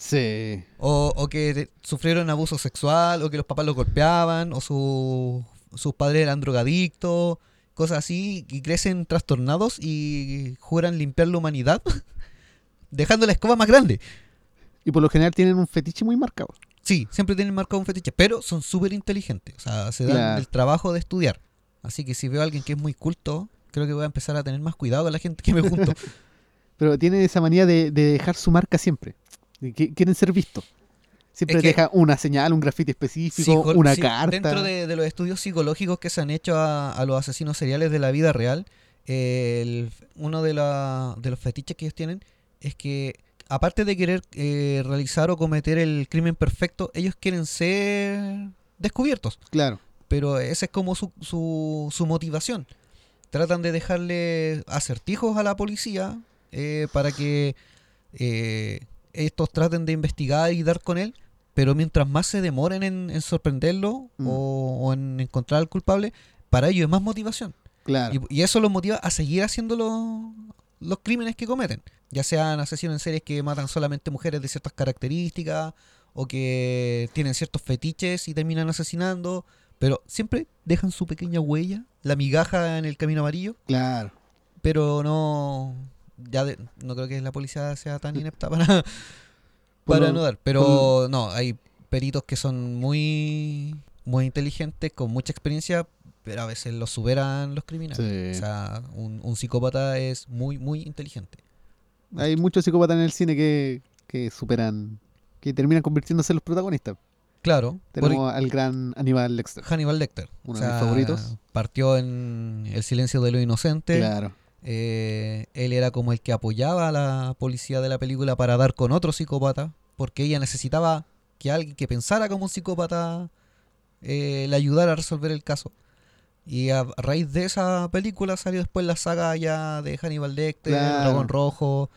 [SPEAKER 2] Sí.
[SPEAKER 1] O, o que te- sufrieron abuso sexual, o que los papás los golpeaban, o su- sus padres eran drogadictos, cosas así, y crecen trastornados y juran limpiar la humanidad, (laughs) dejando la escoba más grande.
[SPEAKER 2] Y por lo general tienen un fetiche muy marcado.
[SPEAKER 1] Sí, siempre tienen marcado un fetiche, pero son súper inteligentes, o sea, se dan
[SPEAKER 2] Claro.
[SPEAKER 1] el trabajo de estudiar. Así que si veo a alguien que es muy culto, creo que voy a empezar a tener más cuidado con la gente que me junto.
[SPEAKER 2] Pero tienen esa manía de, de dejar su marca siempre. De que- quieren ser vistos. Siempre
[SPEAKER 1] Es que-
[SPEAKER 2] deja una señal, un grafiti específico,
[SPEAKER 1] psico-
[SPEAKER 2] una
[SPEAKER 1] sí,
[SPEAKER 2] carta.
[SPEAKER 1] Dentro de, de los estudios psicológicos que se han hecho a, a los asesinos seriales de la vida real, eh, el- uno de, la- de los fetiches que ellos tienen es que, aparte de querer eh, realizar o cometer el crimen perfecto, ellos quieren ser descubiertos.
[SPEAKER 2] Claro.
[SPEAKER 1] Pero esa es como su, su, su motivación. Tratan de dejarle acertijos a la policía eh, para que eh, estos traten de investigar y dar con él. Pero mientras más se demoren en, en sorprenderlo
[SPEAKER 2] Mm.
[SPEAKER 1] o, o en encontrar al culpable, para ellos es más motivación.
[SPEAKER 2] Claro.
[SPEAKER 1] Y, y eso los motiva a seguir haciendo los, los crímenes que cometen. Ya sean asesinos en series que matan solamente mujeres de ciertas características o que tienen ciertos fetiches y terminan asesinando. Pero siempre dejan su pequeña huella, la migaja en el camino amarillo.
[SPEAKER 2] Claro.
[SPEAKER 1] Pero no. Ya de- no creo que la policía sea tan inepta para, (laughs)
[SPEAKER 2] Por
[SPEAKER 1] para
[SPEAKER 2] lo-
[SPEAKER 1] no dar. Pero no, hay peritos que son muy, muy inteligentes, con mucha experiencia, pero a veces los superan los criminales.
[SPEAKER 2] Sí.
[SPEAKER 1] O sea, un, un psicópata es muy, muy inteligente.
[SPEAKER 2] Hay muchos psicópatas en el cine que, que superan, que terminan convirtiéndose en los protagonistas.
[SPEAKER 1] Claro, por
[SPEAKER 2] Tenemos al gran Aníbal Lecter.
[SPEAKER 1] Hannibal Lecter.
[SPEAKER 2] Uno de mis favoritos.
[SPEAKER 1] Partió en El silencio de lo inocente.
[SPEAKER 2] Claro.
[SPEAKER 1] Eh, él era como el que apoyaba a la policía de la película para dar con otro psicópata, porque ella necesitaba que alguien que pensara como un psicópata eh, le ayudara a resolver el caso. Y a raíz de esa película salió después la saga ya de Hannibal Lecter,
[SPEAKER 2] Claro.
[SPEAKER 1] Dragón Rojo,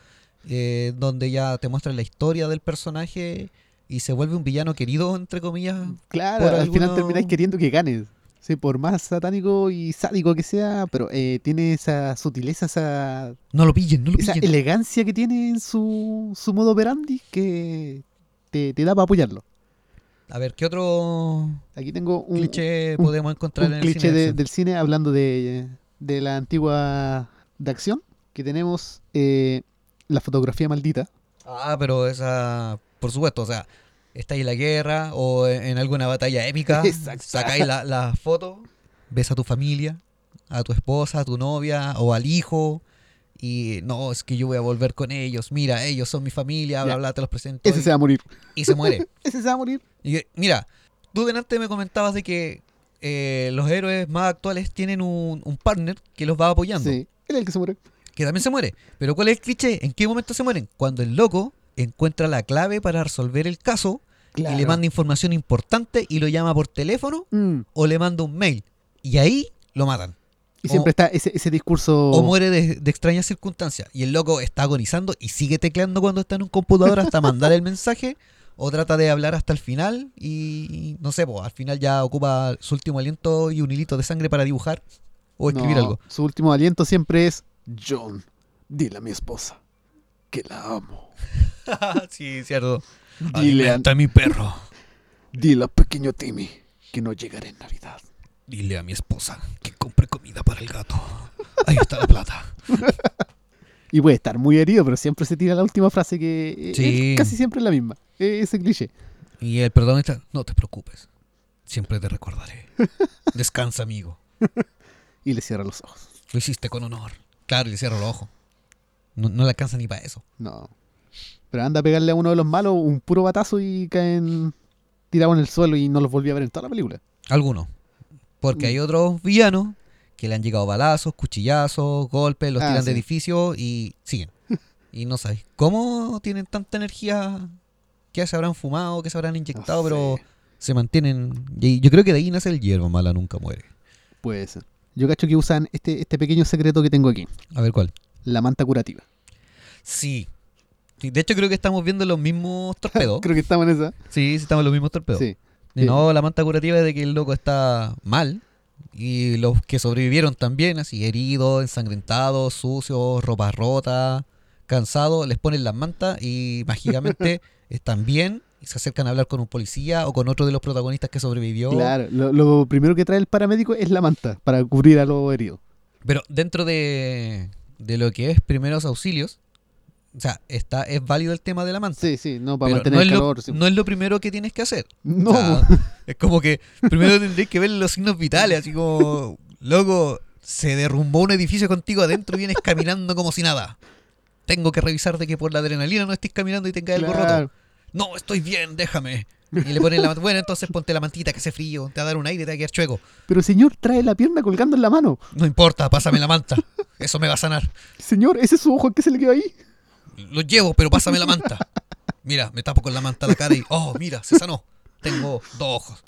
[SPEAKER 1] eh, donde ya te muestra la historia del personaje y se vuelve un villano querido, entre comillas.
[SPEAKER 2] Mm. Claro,
[SPEAKER 1] Por
[SPEAKER 2] al final
[SPEAKER 1] alguno-
[SPEAKER 2] termináis queriendo que ganes. Sí, por más satánico y sádico que sea, pero eh, tiene esa sutileza, esa,
[SPEAKER 1] No lo pillen, no lo
[SPEAKER 2] esa
[SPEAKER 1] pillen.
[SPEAKER 2] elegancia que tiene en su, su modo operandi que te, te da para apoyarlo.
[SPEAKER 1] A ver, ¿qué otro
[SPEAKER 2] Aquí tengo un,
[SPEAKER 1] cliché
[SPEAKER 2] un-
[SPEAKER 1] podemos encontrar
[SPEAKER 2] un
[SPEAKER 1] en el
[SPEAKER 2] cliché
[SPEAKER 1] cine de
[SPEAKER 2] de-
[SPEAKER 1] acción?
[SPEAKER 2] del cine hablando de, de la antigua de acción que tenemos eh, la fotografía maldita
[SPEAKER 1] Ah, pero esa, por supuesto, o sea, estáis en la guerra o en, en alguna batalla épica,
[SPEAKER 2] (laughs) Exacto.
[SPEAKER 1] sacáis la, la foto, ves a tu familia, a tu esposa, a tu novia o al hijo y no, es que yo voy a volver con ellos, mira, ellos son mi familia, bla,
[SPEAKER 2] Ya.
[SPEAKER 1] bla, te los presento
[SPEAKER 2] ese
[SPEAKER 1] y,
[SPEAKER 2] se va a morir
[SPEAKER 1] y se muere.
[SPEAKER 2] ese se va a morir
[SPEAKER 1] Y yo- mira, tú delante me comentabas de que eh, los héroes más actuales tienen un, un partner que los va apoyando
[SPEAKER 2] sí él es el que se muere
[SPEAKER 1] que también se muere. Pero ¿cuál es el cliché? ¿En qué momento se mueren? Cuando el loco encuentra la clave para resolver el caso y le manda información importante y lo llama por teléfono
[SPEAKER 2] Mm,
[SPEAKER 1] o le manda un mail. Y ahí lo matan.
[SPEAKER 2] y
[SPEAKER 1] O-
[SPEAKER 2] siempre está ese, ese discurso
[SPEAKER 1] O muere de, de extrañas circunstancias. Y el loco está agonizando y sigue tecleando cuando está en un computador
[SPEAKER 2] (laughs)
[SPEAKER 1] hasta mandar el mensaje. O trata de hablar hasta el final y no sé, pues, al final ya ocupa su último aliento y un hilito de sangre para dibujar o escribir
[SPEAKER 2] No,
[SPEAKER 1] algo.
[SPEAKER 2] su último aliento siempre es John dile a mi esposa que la amo
[SPEAKER 1] (laughs) sí, cierto.
[SPEAKER 2] dile a,
[SPEAKER 1] Alimenta a mi perro.
[SPEAKER 2] dile a pequeño Timmy que no llegaré en Navidad
[SPEAKER 1] Dile a mi esposa que compre comida para el gato. Ahí está la plata.
[SPEAKER 2] y puede estar muy herido pero siempre se tira la última frase que eh,
[SPEAKER 1] Sí.
[SPEAKER 2] es casi siempre la misma eh, ese cliché
[SPEAKER 1] Y el perdón está, no te preocupes. Siempre te recordaré. Descansa, amigo.
[SPEAKER 2] y le cierra los ojos
[SPEAKER 1] Lo hiciste con honor. Claro, y le cierro los ojos. No, no le alcanza ni para eso.
[SPEAKER 2] No. Pero anda a pegarle a uno de los malos un puro batazo y caen tirados en el suelo y no los volví a ver en toda la película.
[SPEAKER 1] Algunos. Porque
[SPEAKER 2] Mm.
[SPEAKER 1] hay otros villanos que le han llegado balazos, cuchillazos, golpes, los
[SPEAKER 2] Ah,
[SPEAKER 1] tiran de
[SPEAKER 2] sí.
[SPEAKER 1] edificios y
[SPEAKER 2] (laughs)
[SPEAKER 1] siguen. Y no sabes cómo tienen tanta energía. ¿Qué se habrán fumado? ¿Qué se habrán inyectado?
[SPEAKER 2] sé.
[SPEAKER 1] Pero se mantienen. Y yo creo que de ahí nace el hierba mala nunca muere.
[SPEAKER 2] Puede ser. Yo cacho que usan este, este pequeño secreto que tengo aquí.
[SPEAKER 1] A ver cuál.
[SPEAKER 2] La manta curativa.
[SPEAKER 1] Sí. Sí, De hecho, creo que estamos viendo los
[SPEAKER 2] (laughs)
[SPEAKER 1] mismos torpedos.
[SPEAKER 2] Creo que estamos en esa.
[SPEAKER 1] sí, sí, estamos en los mismos torpedos.
[SPEAKER 2] Sí.
[SPEAKER 1] Y No, la manta curativa es de que el loco está mal. Y los que sobrevivieron también, así heridos, ensangrentados, sucios, ropa rota, cansados, les ponen las mantas
[SPEAKER 2] (laughs)
[SPEAKER 1] y mágicamente están bien y se acercan a hablar con un policía o con otro de los protagonistas que sobrevivió.
[SPEAKER 2] Claro. Lo, lo primero que trae el paramédico es la manta para cubrir a los heridos.
[SPEAKER 1] Pero dentro de, de lo que es primeros auxilios, o sea, está, es válido el tema de la manta.
[SPEAKER 2] Sí, sí, no, para
[SPEAKER 1] Pero
[SPEAKER 2] mantener
[SPEAKER 1] no
[SPEAKER 2] el
[SPEAKER 1] es lo-
[SPEAKER 2] calor. sí.
[SPEAKER 1] no es lo primero que tienes que hacer.
[SPEAKER 2] No,
[SPEAKER 1] O sea, es como que primero tendréis que ver los signos vitales, así como, loco, se derrumbó un edificio contigo adentro y vienes caminando como si nada. Tengo que revisar de que por la adrenalina no estés caminando y tengas algo roto.
[SPEAKER 2] claro.
[SPEAKER 1] No, estoy bien, déjame. Y le ponen la mantita. Bueno, entonces ponte la mantita que hace frío, te va a dar un aire, te va a quedar chueco.
[SPEAKER 2] Pero señor, trae la pierna colgando en la mano.
[SPEAKER 1] No importa, pásame la manta. Eso me va a sanar.
[SPEAKER 2] Señor, ese es su ojo, ¿qué se le quedó ahí?
[SPEAKER 1] Lo llevo, pero pásame la manta. Mira, me tapo con la manta la cara y. Oh, mira, se sanó. Tengo dos ojos.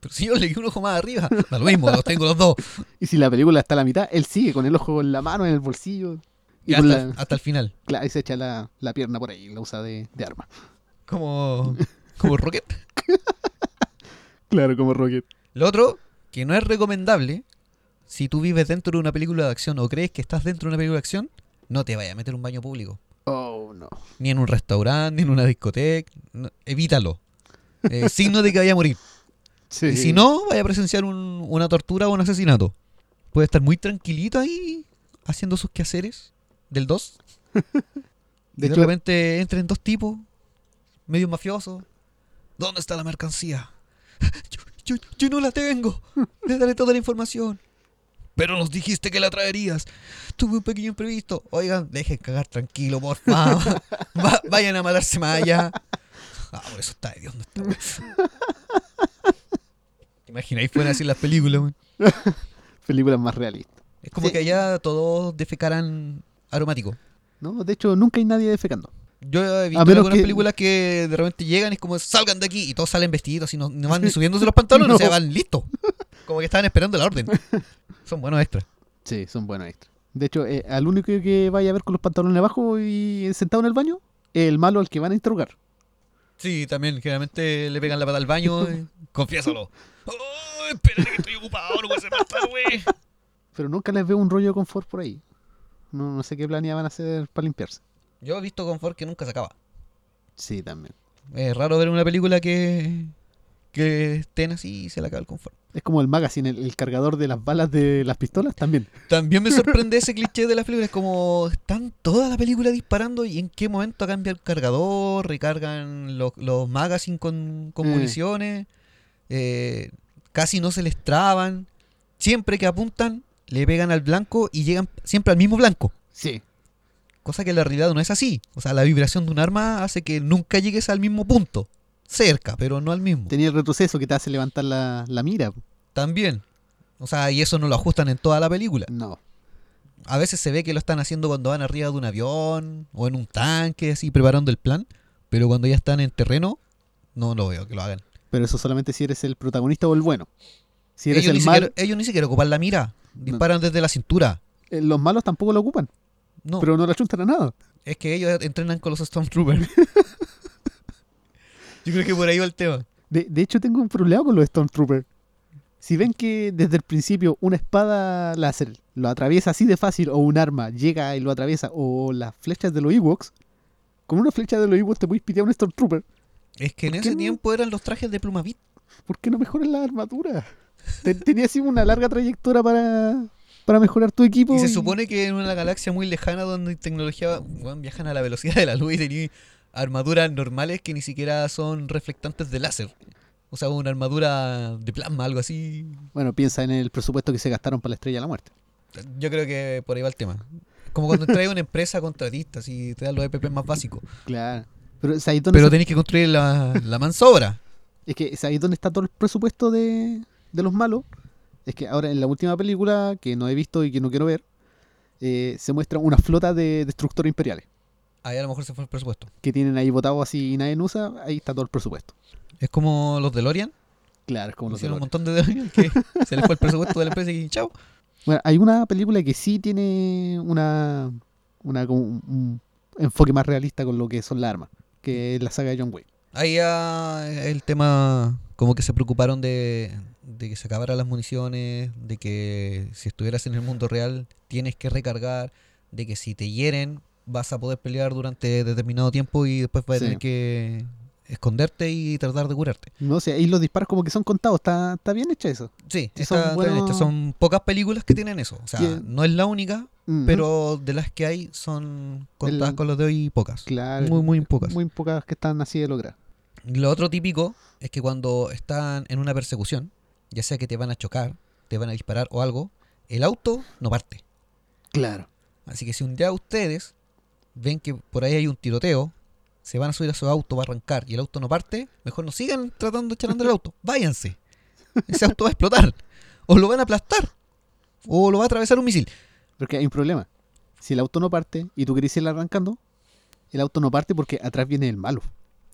[SPEAKER 1] Pero si yo le di un ojo más arriba, da lo mismo, los tengo los dos.
[SPEAKER 2] Y si la película está a la mitad, él sigue con el ojo en la mano, en el bolsillo. Y
[SPEAKER 1] Y
[SPEAKER 2] con
[SPEAKER 1] hasta,
[SPEAKER 2] la-
[SPEAKER 1] hasta el final.
[SPEAKER 2] Claro, y se echa la, la pierna por ahí, la usa de, de arma.
[SPEAKER 1] Como. Como Rocket.
[SPEAKER 2] Claro, como Rocket.
[SPEAKER 1] Lo otro, que no es recomendable, si tú vives dentro de una película de acción o crees que estás dentro de una película de acción, no te vayas a meter en un baño público.
[SPEAKER 2] Oh, no.
[SPEAKER 1] Ni en un restaurante, ni en una discoteca. no- evítalo. Eh, signo de que vaya a morir.
[SPEAKER 2] Sí.
[SPEAKER 1] Y si no, vaya a presenciar un- una tortura o un asesinato. Puede estar muy tranquilito ahí haciendo sus quehaceres del 2.
[SPEAKER 2] (laughs) De
[SPEAKER 1] De,
[SPEAKER 2] hecho-
[SPEAKER 1] repente entren dos tipos, medio mafiosos. ¿Dónde está la mercancía? (laughs) Yo, yo- yo no la
[SPEAKER 2] (laughs)
[SPEAKER 1] tengo. Le daré toda la información. Pero nos dijiste que la traerías. Tuve un pequeño imprevisto. Oigan, dejen cagar tranquilo,
[SPEAKER 2] (laughs)
[SPEAKER 1] por favor. Va- vayan a matarse más allá. Ah, por eso está de Dios. No está, weón.
[SPEAKER 2] (laughs)
[SPEAKER 1] ¿Te imagináis fueran así las películas? weón?
[SPEAKER 2] Películas más realistas.
[SPEAKER 1] Es como
[SPEAKER 2] Sí.
[SPEAKER 1] que allá todos defecaran aromático.
[SPEAKER 2] No, de hecho, nunca hay nadie defecando.
[SPEAKER 1] Yo he visto
[SPEAKER 2] A menos
[SPEAKER 1] algunas
[SPEAKER 2] que-
[SPEAKER 1] películas que de repente llegan y es como salgan de aquí y todos salen vestiditos y no, no
[SPEAKER 2] (laughs)
[SPEAKER 1] van ni subiéndose los pantalones,
[SPEAKER 2] No.
[SPEAKER 1] o sea, van listos. Como que estaban esperando la orden. Son buenos extras.
[SPEAKER 2] Sí, son buenos extras. De hecho, eh, al único que vaya a ver con los pantalones abajo y sentado en el baño, es el malo al que van a interrogar.
[SPEAKER 1] Sí, también, generalmente le pegan la pata al baño. y- Confiésalo. Oh, espérate que estoy ocupado, no puede ser más tarde, güey.
[SPEAKER 2] Pero nunca les veo un rollo de confort por ahí. No, no sé qué planeaban hacer para limpiarse.
[SPEAKER 1] Yo he visto confort que nunca se acaba.
[SPEAKER 2] Sí, también.
[SPEAKER 1] Es raro ver una película que, que estén así y se le acaba el confort.
[SPEAKER 2] Es como el magazine, el, el cargador de las balas de las pistolas también.
[SPEAKER 1] También me sorprende ese cliché de las películas, como están toda la película disparando y en qué momento cambia el cargador, recargan los, los magazines con, con
[SPEAKER 2] Mm.
[SPEAKER 1] municiones, eh, casi no se les traban. Siempre que apuntan, le pegan al blanco y llegan siempre al mismo blanco.
[SPEAKER 2] Sí.
[SPEAKER 1] Cosa que en la realidad no es así. O sea, la vibración de un arma hace que nunca llegues al mismo punto. Cerca, pero no al mismo.
[SPEAKER 2] Tenía el retroceso que te hace levantar la, la mira.
[SPEAKER 1] También. O sea, y eso no lo ajustan en toda la película.
[SPEAKER 2] No.
[SPEAKER 1] A veces se ve que lo están haciendo cuando van arriba de un avión o en un tanque, así preparando el plan. Pero cuando ya están en terreno, no lo veo que lo hagan.
[SPEAKER 2] Pero eso solamente si eres el protagonista o el bueno. Si eres
[SPEAKER 1] Ellos Eh, ni,
[SPEAKER 2] el malo,
[SPEAKER 1] siquiera, ellos ni siquiera ocupan la mira. Disparan desde la cintura.
[SPEAKER 2] eh, los malos tampoco lo ocupan,
[SPEAKER 1] No,
[SPEAKER 2] pero no la chuntan a nada.
[SPEAKER 1] es que ellos entrenan con los
[SPEAKER 2] (laughs)
[SPEAKER 1] Stormtroopers. Yo creo que por ahí va el tema.
[SPEAKER 2] De, de hecho, tengo un problema con los Stormtroopers. Si ven que desde el principio una espada láser lo atraviesa así de fácil, o un arma llega y lo atraviesa, o las flechas de los Ewoks, con una flecha de los Ewoks te puedes pitear a un Stormtrooper.
[SPEAKER 1] Es que en
[SPEAKER 2] ¿Por qué
[SPEAKER 1] ese
[SPEAKER 2] no?
[SPEAKER 1] tiempo eran los trajes de plumavit.
[SPEAKER 2] ¿Por qué no mejoras la armadura? Te- Tenía así una larga trayectoria para, para mejorar tu equipo.
[SPEAKER 1] Y se supone que en una galaxia muy lejana donde tecnología weón, viajan a la velocidad de la luz y tenéis armaduras normales que ni siquiera son reflectantes de láser. O sea, una armadura de plasma, algo así.
[SPEAKER 2] Bueno, piensa en el presupuesto que se gastaron para la Estrella de la Muerte.
[SPEAKER 1] Yo creo que por ahí va el tema. Como cuando trae una empresa contratista y te dan los EPP más básicos.
[SPEAKER 2] Claro. Pero es ahí donde
[SPEAKER 1] Pero
[SPEAKER 2] se-
[SPEAKER 1] tenéis que construir la, la mansobra.
[SPEAKER 2] Es que es ahí donde está todo el presupuesto de, de los malos. Es que ahora en la última película, que no he visto y que no quiero ver, eh, se muestra una flota de destructores imperiales
[SPEAKER 1] Ahí a lo mejor se fue el presupuesto.
[SPEAKER 2] que tienen ahí botados así y nadie en usa. Ahí está todo el presupuesto.
[SPEAKER 1] Es como los DeLorean.
[SPEAKER 2] Claro, es como los
[SPEAKER 1] Hicieron un
[SPEAKER 2] DeLorean.
[SPEAKER 1] montón de DeLorean que se les fue el presupuesto de la empresa y chao.
[SPEAKER 2] Bueno, hay una película que sí tiene una, una como un, un enfoque más realista con lo que son las armas, que es la saga de John Wayne.
[SPEAKER 1] Ahí ah, el tema, como que se preocuparon de, de que se acabaran las municiones, de que si estuvieras en el mundo real tienes que recargar, de que si te hieren vas a poder pelear durante determinado tiempo y después vas a
[SPEAKER 2] Sí.
[SPEAKER 1] tener que esconderte y tratar de curarte.
[SPEAKER 2] No sé, ahí los disparos como que son contados, está, está bien hecha eso.
[SPEAKER 1] Sí,
[SPEAKER 2] Sí,
[SPEAKER 1] está-
[SPEAKER 2] son
[SPEAKER 1] está bien hecho.
[SPEAKER 2] buenos-
[SPEAKER 1] son pocas películas que tienen eso. O sea,
[SPEAKER 2] Bien.
[SPEAKER 1] no es la única,
[SPEAKER 2] Ujú.
[SPEAKER 1] pero de las que hay son contadas
[SPEAKER 2] la-
[SPEAKER 1] con los de hoy pocas.
[SPEAKER 2] claro,
[SPEAKER 1] Muy, muy pocas.
[SPEAKER 2] muy pocas que están así de lograr.
[SPEAKER 1] Lo otro típico es que cuando están en una persecución, ya sea que te van a chocar, te van a disparar o algo, el auto no parte.
[SPEAKER 2] Claro.
[SPEAKER 1] Así que si un día ustedes ven que por ahí hay un tiroteo se van a subir a su auto, va a arrancar y el auto no parte, mejor no sigan tratando de echar a andar el auto. Váyanse. Ese auto va a explotar. O lo van a aplastar. O lo va a atravesar un misil.
[SPEAKER 2] Porque hay un problema. Si el auto no parte y tú querés ir arrancando, el auto no parte porque atrás viene el malo.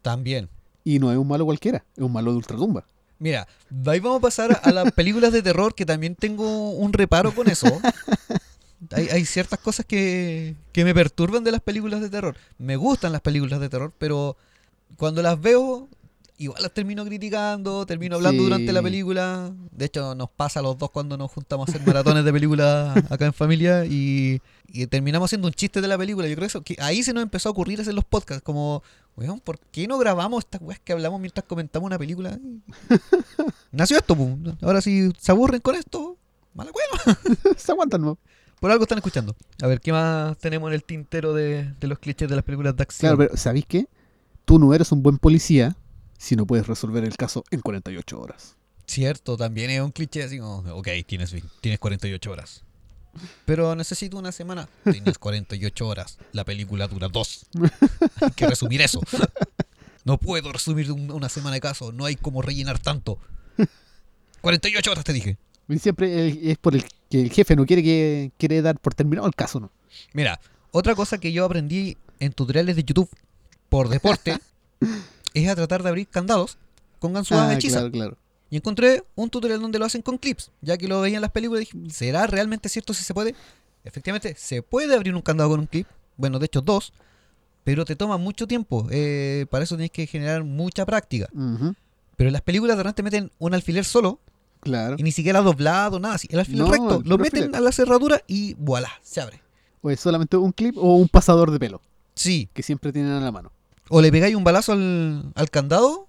[SPEAKER 1] También.
[SPEAKER 2] Y no es un malo cualquiera, es un malo de ultratumba. (laughs)
[SPEAKER 1] Mira, de ahí vamos a pasar a las películas de terror, que también tengo un reparo con eso. Hay, hay ciertas cosas que, que me perturban de las películas de terror. Me gustan las películas de terror, pero cuando las veo, igual las termino criticando, termino hablando
[SPEAKER 2] Sí.
[SPEAKER 1] durante la película. De hecho, nos pasa a los dos cuando nos juntamos a hacer maratones de películas acá en familia y, y terminamos haciendo un chiste de la película. Yo creo que eso, que ahí se nos empezó a ocurrir hacer los podcasts, como, weón, ¿por qué no grabamos estas weas que hablamos mientras comentamos una película? Nació esto, pum. Ahora si se aburren con esto, mala wea.
[SPEAKER 2] Se aguantan, ¿no?
[SPEAKER 1] Por algo están escuchando. A ver, ¿qué más tenemos en el tintero de, de los clichés de las películas de acción?
[SPEAKER 2] Claro, pero ¿sabéis qué? Tú no eres un buen policía si no puedes resolver el caso en 48 horas.
[SPEAKER 1] Cierto, también es un cliché así como, ok, tienes, vi- tienes 48 horas. Pero necesito una semana. Tienes 48 horas. La película dura dos. Hay que resumir eso. No puedo resumir un- una semana de caso. No hay como rellenar tanto. 48 horas te dije.
[SPEAKER 2] Y siempre el- es por el que el jefe no quiere que quiere dar por terminado el caso, ¿no?
[SPEAKER 1] Mira, otra cosa que yo aprendí en tutoriales de YouTube por
[SPEAKER 2] (laughs)
[SPEAKER 1] deporte es a tratar de abrir candados con ganzúas hechizas.
[SPEAKER 2] Ah, claro, claro.
[SPEAKER 1] Y encontré un tutorial donde lo hacen con clips, ya que lo veía en las películas y dije, ¿será realmente cierto si se puede? Efectivamente, se puede abrir un candado con un clip, bueno, de hecho dos, pero te toma mucho tiempo, eh, para eso tienes que generar mucha práctica.
[SPEAKER 2] Ujú,
[SPEAKER 1] Pero en las películas de repente meten un alfiler solo
[SPEAKER 2] Claro.
[SPEAKER 1] y ni siquiera doblado, nada así, el alfiler
[SPEAKER 2] No,
[SPEAKER 1] recto,
[SPEAKER 2] el
[SPEAKER 1] lo
[SPEAKER 2] puro
[SPEAKER 1] meten
[SPEAKER 2] alfiler.
[SPEAKER 1] a la cerradura y voilà, se abre.
[SPEAKER 2] O es solamente un clip o un pasador de pelo
[SPEAKER 1] Sí,
[SPEAKER 2] que siempre tienen a la mano.
[SPEAKER 1] o le pegáis un balazo al, al candado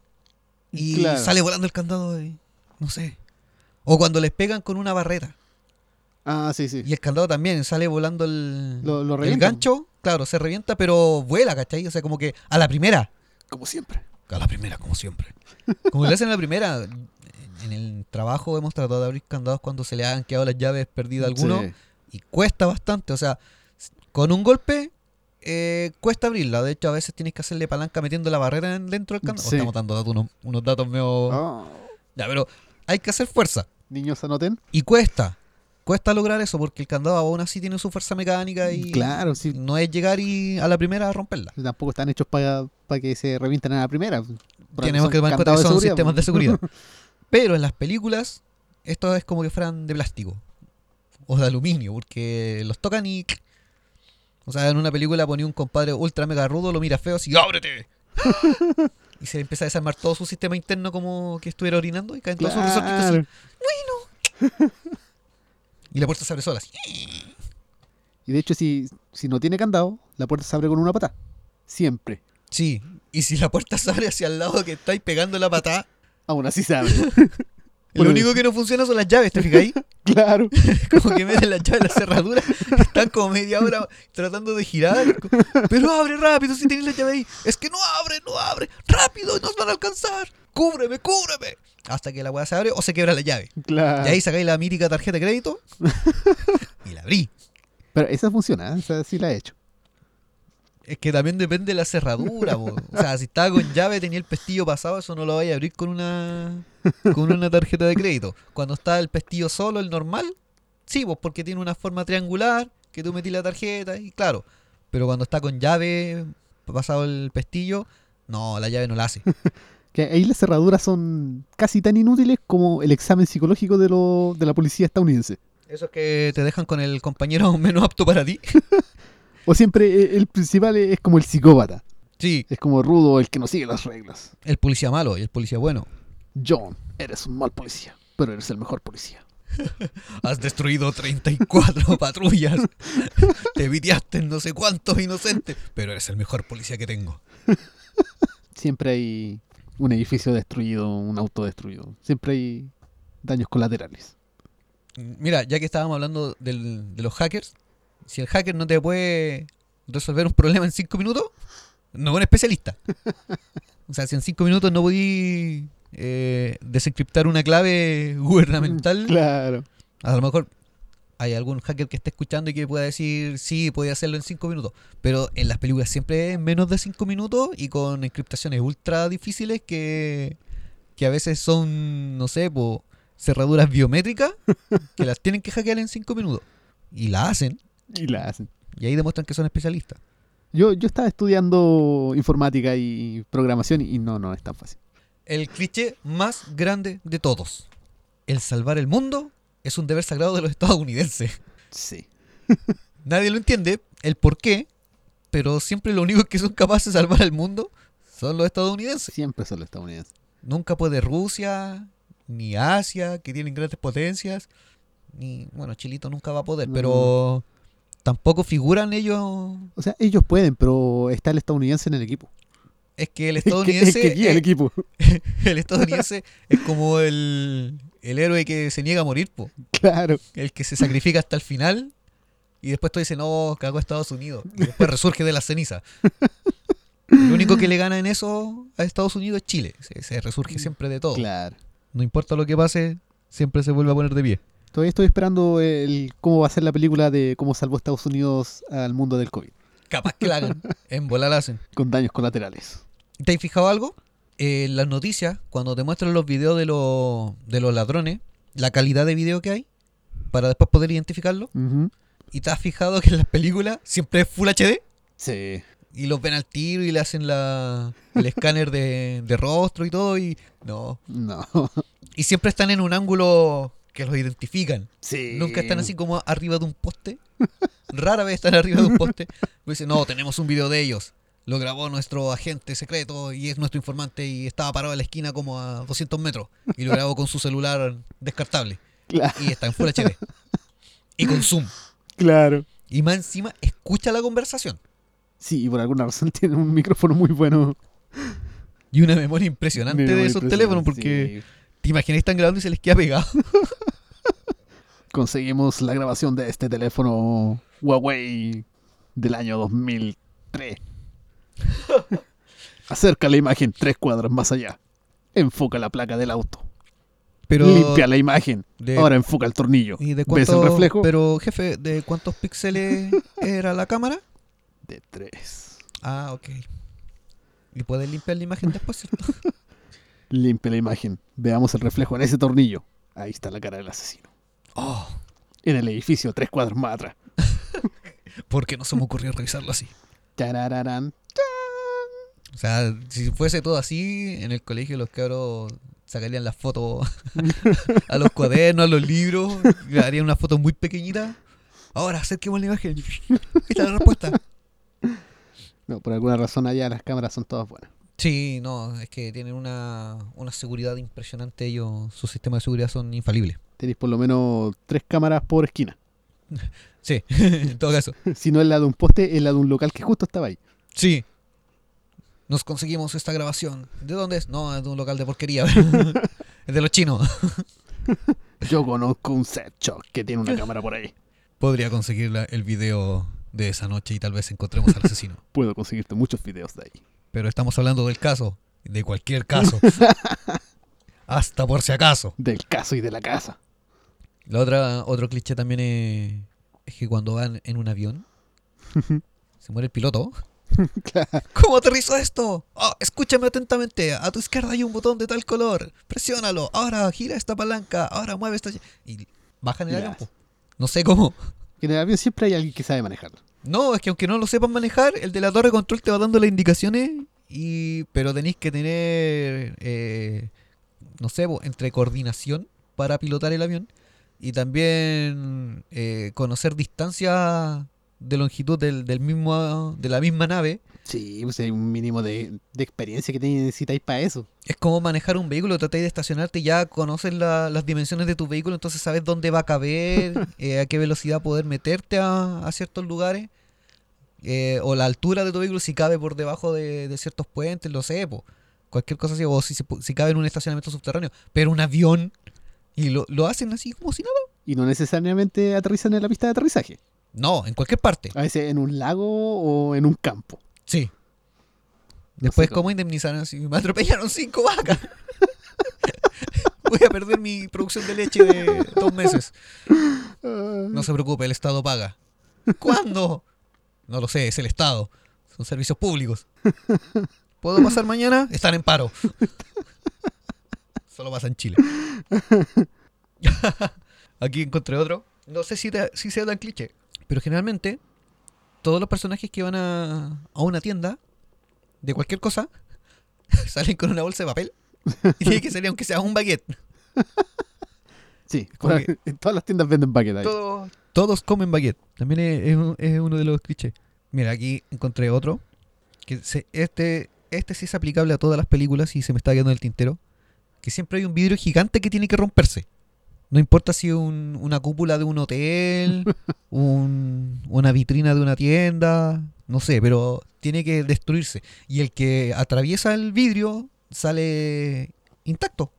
[SPEAKER 1] y
[SPEAKER 2] Claro.
[SPEAKER 1] sale volando el candado, y, no sé. O cuando les pegan con una barrera.
[SPEAKER 2] Ah, sí, sí.
[SPEAKER 1] Y el candado también, sale volando el,
[SPEAKER 2] Lo- lo pues.
[SPEAKER 1] el
[SPEAKER 2] revientan.
[SPEAKER 1] gancho, claro, se revienta, pero vuela, ¿cachai? O sea, como que a la primera.
[SPEAKER 2] Como siempre.
[SPEAKER 1] A la primera, como siempre. Como le hacen a la primera. En el trabajo hemos tratado de abrir candados cuando se le han quedado las llaves perdidas a alguno.
[SPEAKER 2] Sí.
[SPEAKER 1] Y cuesta bastante, o sea, s- con un golpe eh, cuesta abrirla. De hecho, a veces tienes que hacerle palanca metiendo la barrera en- dentro del candado. O
[SPEAKER 2] Sí.
[SPEAKER 1] estamos dando datos, unos, unos datos medio...
[SPEAKER 2] Ah,
[SPEAKER 1] Ya, pero hay que hacer fuerza.
[SPEAKER 2] niños anoten.
[SPEAKER 1] Y cuesta. Cuesta lograr eso porque el candado aún así tiene su fuerza mecánica y
[SPEAKER 2] Claro, sí.
[SPEAKER 1] no es llegar y a la primera a romperla.
[SPEAKER 2] Tampoco están hechos para que se revienten a la primera. Por algo
[SPEAKER 1] Tenemos
[SPEAKER 2] son
[SPEAKER 1] que tomar en cuenta que
[SPEAKER 2] candados de
[SPEAKER 1] son
[SPEAKER 2] seguridad,
[SPEAKER 1] sistemas
[SPEAKER 2] po.
[SPEAKER 1] de
[SPEAKER 2] (laughs)
[SPEAKER 1] seguridad. Pero en las películas, esto es como que fueran de plástico o de aluminio porque los tocan y. O sea, en una película ponía un compadre ultra mega rudo, lo mira feo así,
[SPEAKER 2] (laughs)
[SPEAKER 1] ¡ábrete! y se empieza a desarmar todo su sistema interno como que estuviera orinando y caen todos sus resortitos así.
[SPEAKER 2] pues. Claro.
[SPEAKER 1] Y la puerta se abre sola así.
[SPEAKER 2] Y de hecho, si, si no tiene candado, la puerta se abre con una pata. Siempre.
[SPEAKER 1] Sí, y si la puerta se abre hacia el lado que estáis pegando la patada,
[SPEAKER 2] Aún así
[SPEAKER 1] (laughs)
[SPEAKER 2] se abre.
[SPEAKER 1] lo único que no funciona son las llaves, ¿te fijáis?
[SPEAKER 2] claro.
[SPEAKER 1] Como que meten las llaves en la cerradura, están como media hora tratando de girar. Pero abre rápido si tenéis la llave ahí. Es que no abre, no abre, rápido, nos van a alcanzar. Cúbreme, cúbreme. Hasta que la weá se abre o se quebra la llave.
[SPEAKER 2] Claro.
[SPEAKER 1] Y ahí sacáis la mítica tarjeta de crédito y la abrí.
[SPEAKER 2] Pero esa funciona, ¿eh? esa sí la he hecho.
[SPEAKER 1] Es que también depende de la cerradura, po. O sea, si estaba con llave, tenía el pestillo pasado, eso no lo vaya a abrir con una con una tarjeta de crédito. Cuando está el pestillo solo, el normal, sí, pues porque tiene una forma triangular, que tú metí la tarjeta y claro. Pero cuando está con llave, pasado el pestillo, no, la llave no la hace.
[SPEAKER 2] Que ahí las cerraduras son casi tan inútiles como el examen psicológico de, lo, de la policía estadounidense.
[SPEAKER 1] Eso es que te dejan con el compañero (laughs) menos apto para ti.
[SPEAKER 2] O siempre eh, el principal es es como el psicópata.
[SPEAKER 1] Sí,
[SPEAKER 2] Es como rudo, el que no sigue las reglas.
[SPEAKER 1] el policía malo y el policía bueno.
[SPEAKER 2] John, eres un mal policía, pero eres el mejor policía.
[SPEAKER 1] Has destruido 34 patrullas. Te vitiaste en no sé cuántos inocentes. Pero eres el mejor policía que tengo.
[SPEAKER 2] Siempre hay un edificio destruido, un auto destruido. Siempre hay daños colaterales.
[SPEAKER 1] Mira, ya que estábamos hablando del- de los hackers, si el hacker no te puede resolver un problema en 5 minutos, no es un especialista. O sea, si en 5 minutos no podí eh, desencriptar una clave gubernamental,
[SPEAKER 2] (laughs) Claro.
[SPEAKER 1] a lo mejor hay algún hacker que esté escuchando y que pueda decir, sí, podía hacerlo en 5 minutos. Pero en las películas siempre es menos de 5 minutos y con encriptaciones ultra difíciles que, que a veces son, no sé, po, cerraduras biométricas que las tienen que hackear en 5 minutos. Y la hacen.
[SPEAKER 2] Y la hacen.
[SPEAKER 1] Y ahí demuestran que son especialistas.
[SPEAKER 2] Yo, yo estaba estudiando informática y programación y no, no es tan fácil.
[SPEAKER 1] El cliché más grande de todos. El salvar el mundo es un deber sagrado de los estadounidenses.
[SPEAKER 2] Sí.
[SPEAKER 1] Nadie lo entiende, el por qué, pero siempre lo único que son capaces de salvar al mundo son los estadounidenses.
[SPEAKER 2] Siempre son los estadounidenses.
[SPEAKER 1] Nunca puede Rusia, ni Asia, que tienen grandes potencias, ni, bueno, Chilito nunca va a poder,
[SPEAKER 2] No.
[SPEAKER 1] pero tampoco figuran ellos.
[SPEAKER 2] O sea, ellos pueden, pero está el estadounidense en el equipo. (laughs)
[SPEAKER 1] Es que el
[SPEAKER 2] Es que-
[SPEAKER 1] estadounidense,
[SPEAKER 2] es que guía el equipo. (laughs)
[SPEAKER 1] el estadounidense es como el, el héroe que se niega a morir, po.
[SPEAKER 2] Claro.
[SPEAKER 1] el que se sacrifica hasta el final y después tú dices, no, cagó Estados Unidos. Y (laughs) después resurge de la ceniza. Lo único que le gana en eso a Estados Unidos es Chile. Se, se resurge siempre de todo.
[SPEAKER 2] Claro.
[SPEAKER 1] No importa lo que pase, siempre se vuelve a poner de pie.
[SPEAKER 2] Todavía estoy esperando el cómo va a ser la película de cómo salvó Estados Unidos al mundo del COVID,
[SPEAKER 1] Capaz que la hagan. (laughs) En volar hacen.
[SPEAKER 2] con daños colaterales.
[SPEAKER 1] ¿Te has fijado algo? Eh, En las noticias, cuando te muestran los videos de, los de los ladrones, la calidad de video que hay, para después poder identificarlo.
[SPEAKER 2] Ujú.
[SPEAKER 1] ¿Y te has fijado que en las películas siempre es Full HD?
[SPEAKER 2] Sí.
[SPEAKER 1] Y los ven al tiro y le hacen la, el escáner de, de rostro y todo. Y no.
[SPEAKER 2] No. (laughs)
[SPEAKER 1] Y siempre están en un ángulo que los identifican.
[SPEAKER 2] Sí.
[SPEAKER 1] Nunca están así como arriba de un poste. Rara vez están arriba de un poste. Y dicen, no, tenemos un video de ellos. Lo grabó nuestro agente secreto y es nuestro informante y estaba parado en la esquina como a 200 metros. Y lo grabó con su celular descartable. (laughs)
[SPEAKER 2] Claro.
[SPEAKER 1] Y está en Full HD. Y con Zoom.
[SPEAKER 2] claro.
[SPEAKER 1] Y más encima, escucha la conversación.
[SPEAKER 2] Sí, y por alguna razón (laughs) tiene un micrófono muy bueno.
[SPEAKER 1] Y una memoria impresionante
[SPEAKER 2] Muy
[SPEAKER 1] de esos
[SPEAKER 2] impresionante,
[SPEAKER 1] teléfonos porque...
[SPEAKER 2] sí.
[SPEAKER 1] ¿Te imaginas que están grabando y se les queda pegado? (laughs)
[SPEAKER 2] Conseguimos la grabación de este teléfono Huawei del
[SPEAKER 1] (laughs)
[SPEAKER 2] año 2003. Acerca la imagen tres cuadras más allá. Enfoca la placa del auto.
[SPEAKER 1] Pero
[SPEAKER 2] Limpia la imagen.
[SPEAKER 1] de-
[SPEAKER 2] Ahora enfoca el tornillo.
[SPEAKER 1] ¿y de
[SPEAKER 2] ¿Ves el
[SPEAKER 1] cuánto-
[SPEAKER 2] reflejo?
[SPEAKER 1] Pero jefe, ¿de cuántos
[SPEAKER 2] (laughs)
[SPEAKER 1] píxeles era la cámara?
[SPEAKER 2] De tres.
[SPEAKER 1] Ah, ok. Y puedes limpiar la imagen después,
[SPEAKER 2] (laughs)
[SPEAKER 1] ¿cierto?
[SPEAKER 2] Limpia la imagen. Veamos el reflejo en ese tornillo. Ahí está la cara del asesino.
[SPEAKER 1] Oh,
[SPEAKER 2] En el edificio, tres cuadras más atrás.
[SPEAKER 1] ¿por qué no se me ocurrió revisarlo así?
[SPEAKER 2] Tarararán.
[SPEAKER 1] O sea, si fuese todo así, en el colegio los cabros sacarían las fotos (laughs) a los cuadernos, a los libros, (laughs) y harían una foto muy pequeñita. Ahora, acerquemos la imagen. (laughs) Esta es la respuesta.
[SPEAKER 2] No, por alguna razón allá las cámaras son todas buenas.
[SPEAKER 1] Sí, no, es que tienen una, una seguridad impresionante ellos, sus sistemas de seguridad son infalibles.
[SPEAKER 2] Tenéis por lo menos tres cámaras por esquina. (laughs)
[SPEAKER 1] Sí, (laughs) en todo caso.
[SPEAKER 2] si no es la de un poste, es la de un local que justo estaba ahí.
[SPEAKER 1] Sí. Nos conseguimos esta grabación. ¿De dónde es? No, es de un local de porquería. (laughs) es de los chinos.
[SPEAKER 2] Yo conozco un set shop que tiene una cámara por ahí.
[SPEAKER 1] Podría conseguir la- el video de esa noche y tal vez encontremos al asesino.
[SPEAKER 2] Puedo conseguirte muchos videos de ahí.
[SPEAKER 1] Pero estamos hablando del caso, de cualquier caso. Hasta por si acaso.
[SPEAKER 2] Del caso y de la casa.
[SPEAKER 1] La otra, otro cliché también es, es que cuando van en un
[SPEAKER 2] (laughs)
[SPEAKER 1] avión, se muere el piloto.
[SPEAKER 2] Claro.
[SPEAKER 1] ¿Cómo aterrizo esto? Oh, escúchame atentamente. A tu izquierda hay un botón de tal color. Presiónalo. Ahora gira esta palanca. Ahora mueve esta. Y bajan el
[SPEAKER 2] Ya.
[SPEAKER 1] avión. po. No sé cómo.
[SPEAKER 2] En el avión siempre hay alguien que sabe manejarlo.
[SPEAKER 1] No, es que aunque no lo sepan manejar, el de la torre de control te va dando las indicaciones. Y... Pero tenéis que tener. eh, no sé, po, entre coordinación para pilotar el avión. Y también eh, conocer distancia de longitud del, del mismo, de la misma nave.
[SPEAKER 2] Sí, pues hay un mínimo de, de experiencia que te necesitáis para eso.
[SPEAKER 1] Es como manejar un vehículo, tratáis de estacionarte y ya conoces la- las dimensiones de tu vehículo, entonces sabes dónde va a caber, eh, a qué velocidad poder meterte a, a ciertos lugares, eh, o la altura de tu vehículo, si cabe por debajo de, de ciertos puentes, lo sé, po. cualquier cosa así, o si, se pu- si cabe en un estacionamiento subterráneo, pero un avión, y lo, lo hacen así como si nada.
[SPEAKER 2] Y no necesariamente aterrizan en la pista de aterrizaje.
[SPEAKER 1] No, en cualquier parte.
[SPEAKER 2] A veces en un lago o en un campo.
[SPEAKER 1] Sí.
[SPEAKER 2] No
[SPEAKER 1] Después,
[SPEAKER 2] sé
[SPEAKER 1] ¿cómo indemnizaron? Si me atropellaron cinco vacas. (laughs) Voy a perder mi producción de leche de dos meses.
[SPEAKER 2] cómo.
[SPEAKER 1] No se preocupe, el Estado paga. ¿Cuándo? No lo sé, es el Estado. Son servicios públicos. ¿Puedo pasar mañana? Están en paro. Solo pasa en Chile. (laughs) Aquí encontré otro. No sé si, te- si sea tan cliché, pero generalmente todos los personajes que van a, a una tienda de cualquier cosa (laughs) salen con una bolsa de papel y tiene que salir aunque sea un baguette.
[SPEAKER 2] Sí,
[SPEAKER 1] como que-
[SPEAKER 2] (laughs) en todas las tiendas venden baguette ahí.
[SPEAKER 1] Todos, todos comen baguette. También es, es un- es uno de los clichés. Mira, aquí encontré otro. Que se- este, este sí es aplicable a todas las películas y se me está quedando en el tintero. Que siempre hay un vidrio gigante que tiene que romperse. No importa si un- una cúpula de un hotel, un- una vitrina de una tienda, no sé, pero tiene que destruirse. Y el que atraviesa el vidrio sale intacto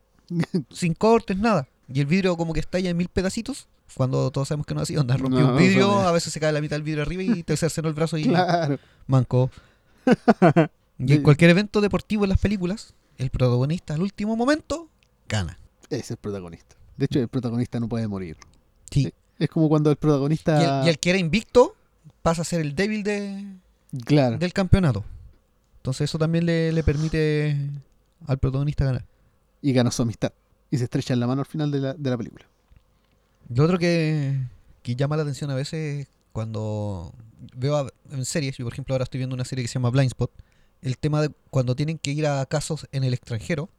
[SPEAKER 1] sin cortes, nada. Y el vidrio como que estalla en mil pedacitos. Cuando todos sabemos que no es así, onda, rompió
[SPEAKER 2] No,
[SPEAKER 1] un vidrio,
[SPEAKER 2] no, no.
[SPEAKER 1] a veces se cae la mitad del vidrio arriba y te cercenó el brazo y
[SPEAKER 2] (laughs) Claro. (laughs)
[SPEAKER 1] manco. Y en
[SPEAKER 2] Sí.
[SPEAKER 1] cualquier evento deportivo en las películas, el protagonista al último momento gana.
[SPEAKER 2] Ese es el protagonista. De hecho, el protagonista no puede morir.
[SPEAKER 1] Sí.
[SPEAKER 2] Sí. Es como cuando el protagonista.
[SPEAKER 1] Y, el, y el que era invicto pasa a ser el débil de-
[SPEAKER 2] Claro.
[SPEAKER 1] del campeonato. Entonces eso también le, le permite al protagonista ganar.
[SPEAKER 2] Y gana su amistad. Y se estrecha en la mano al final de la, de la película.
[SPEAKER 1] Lo otro que, que llama la atención a veces cuando veo a- en series, yo por ejemplo ahora estoy viendo una serie que se llama Blind Spot, el tema de cuando tienen que ir a casos en el extranjero,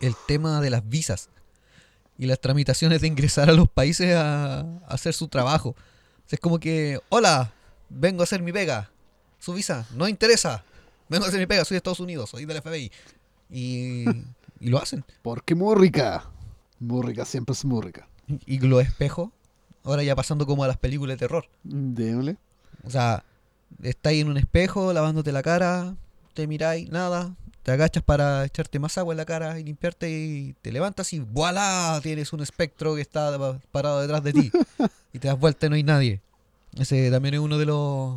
[SPEAKER 1] el tema de las visas y las tramitaciones de ingresar a los países a, a hacer su trabajo. O sea, es como que, hola, vengo a hacer mi pega, su visa, no interesa, vengo a hacer mi pega, soy de Estados Unidos, soy del FBI. Y, y lo hacen.
[SPEAKER 2] Porque Múrrica. Múrrica siempre es Múrrica.
[SPEAKER 1] Y lo espejo, ahora ya pasando como a las películas de terror.
[SPEAKER 2] Démosle.
[SPEAKER 1] O sea, estáis en un espejo lavándote la cara, te miráis, nada, te agachas para echarte más agua en la cara y limpiarte y te levantas y voilà, tienes un espectro que está pa- parado detrás de ti y te das vuelta y no hay nadie. Ese también es uno de los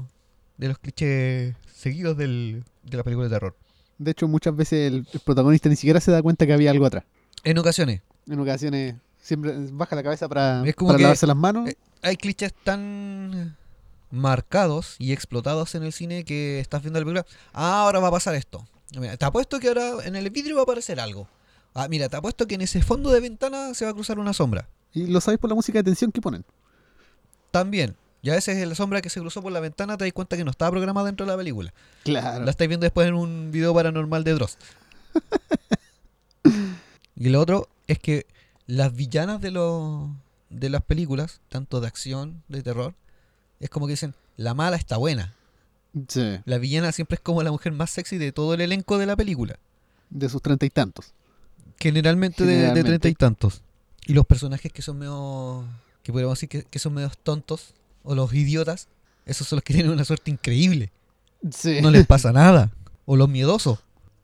[SPEAKER 1] de los clichés seguidos del, de la película de terror.
[SPEAKER 2] De hecho, muchas veces el, el protagonista ni siquiera se da cuenta que había algo atrás.
[SPEAKER 1] En ocasiones
[SPEAKER 2] En ocasiones siempre baja la cabeza para,
[SPEAKER 1] Es como
[SPEAKER 2] para
[SPEAKER 1] que-
[SPEAKER 2] lavarse las manos.
[SPEAKER 1] eh, hay clichés tan marcados y explotados en el cine que estás viendo la película. Ah, ahora va a pasar esto. Mira, te apuesto que ahora en el vidrio va a aparecer algo. Ah, mira, te apuesto que en ese fondo de ventana se va a cruzar una sombra.
[SPEAKER 2] Y lo sabéis por la música de tensión que ponen.
[SPEAKER 1] También. Y a veces la sombra que se cruzó por la ventana te das cuenta que no estaba programada dentro de la película.
[SPEAKER 2] Claro.
[SPEAKER 1] La estáis viendo después en un video paranormal de Dross. y lo otro es que las villanas de los de las películas, tanto de acción, de terror, es como que dicen, la mala está buena.
[SPEAKER 2] Sí.
[SPEAKER 1] La villana siempre es como la mujer más sexy de todo el elenco de la película.
[SPEAKER 2] De sus treinta y tantos.
[SPEAKER 1] Generalmente, de- de
[SPEAKER 2] Generalmente.
[SPEAKER 1] treinta y tantos. Y los personajes que son medio, que podríamos decir que, que son medios tontos, o los idiotas, esos son los que tienen una suerte increíble.
[SPEAKER 2] Sí.
[SPEAKER 1] no les pasa nada. O los miedosos.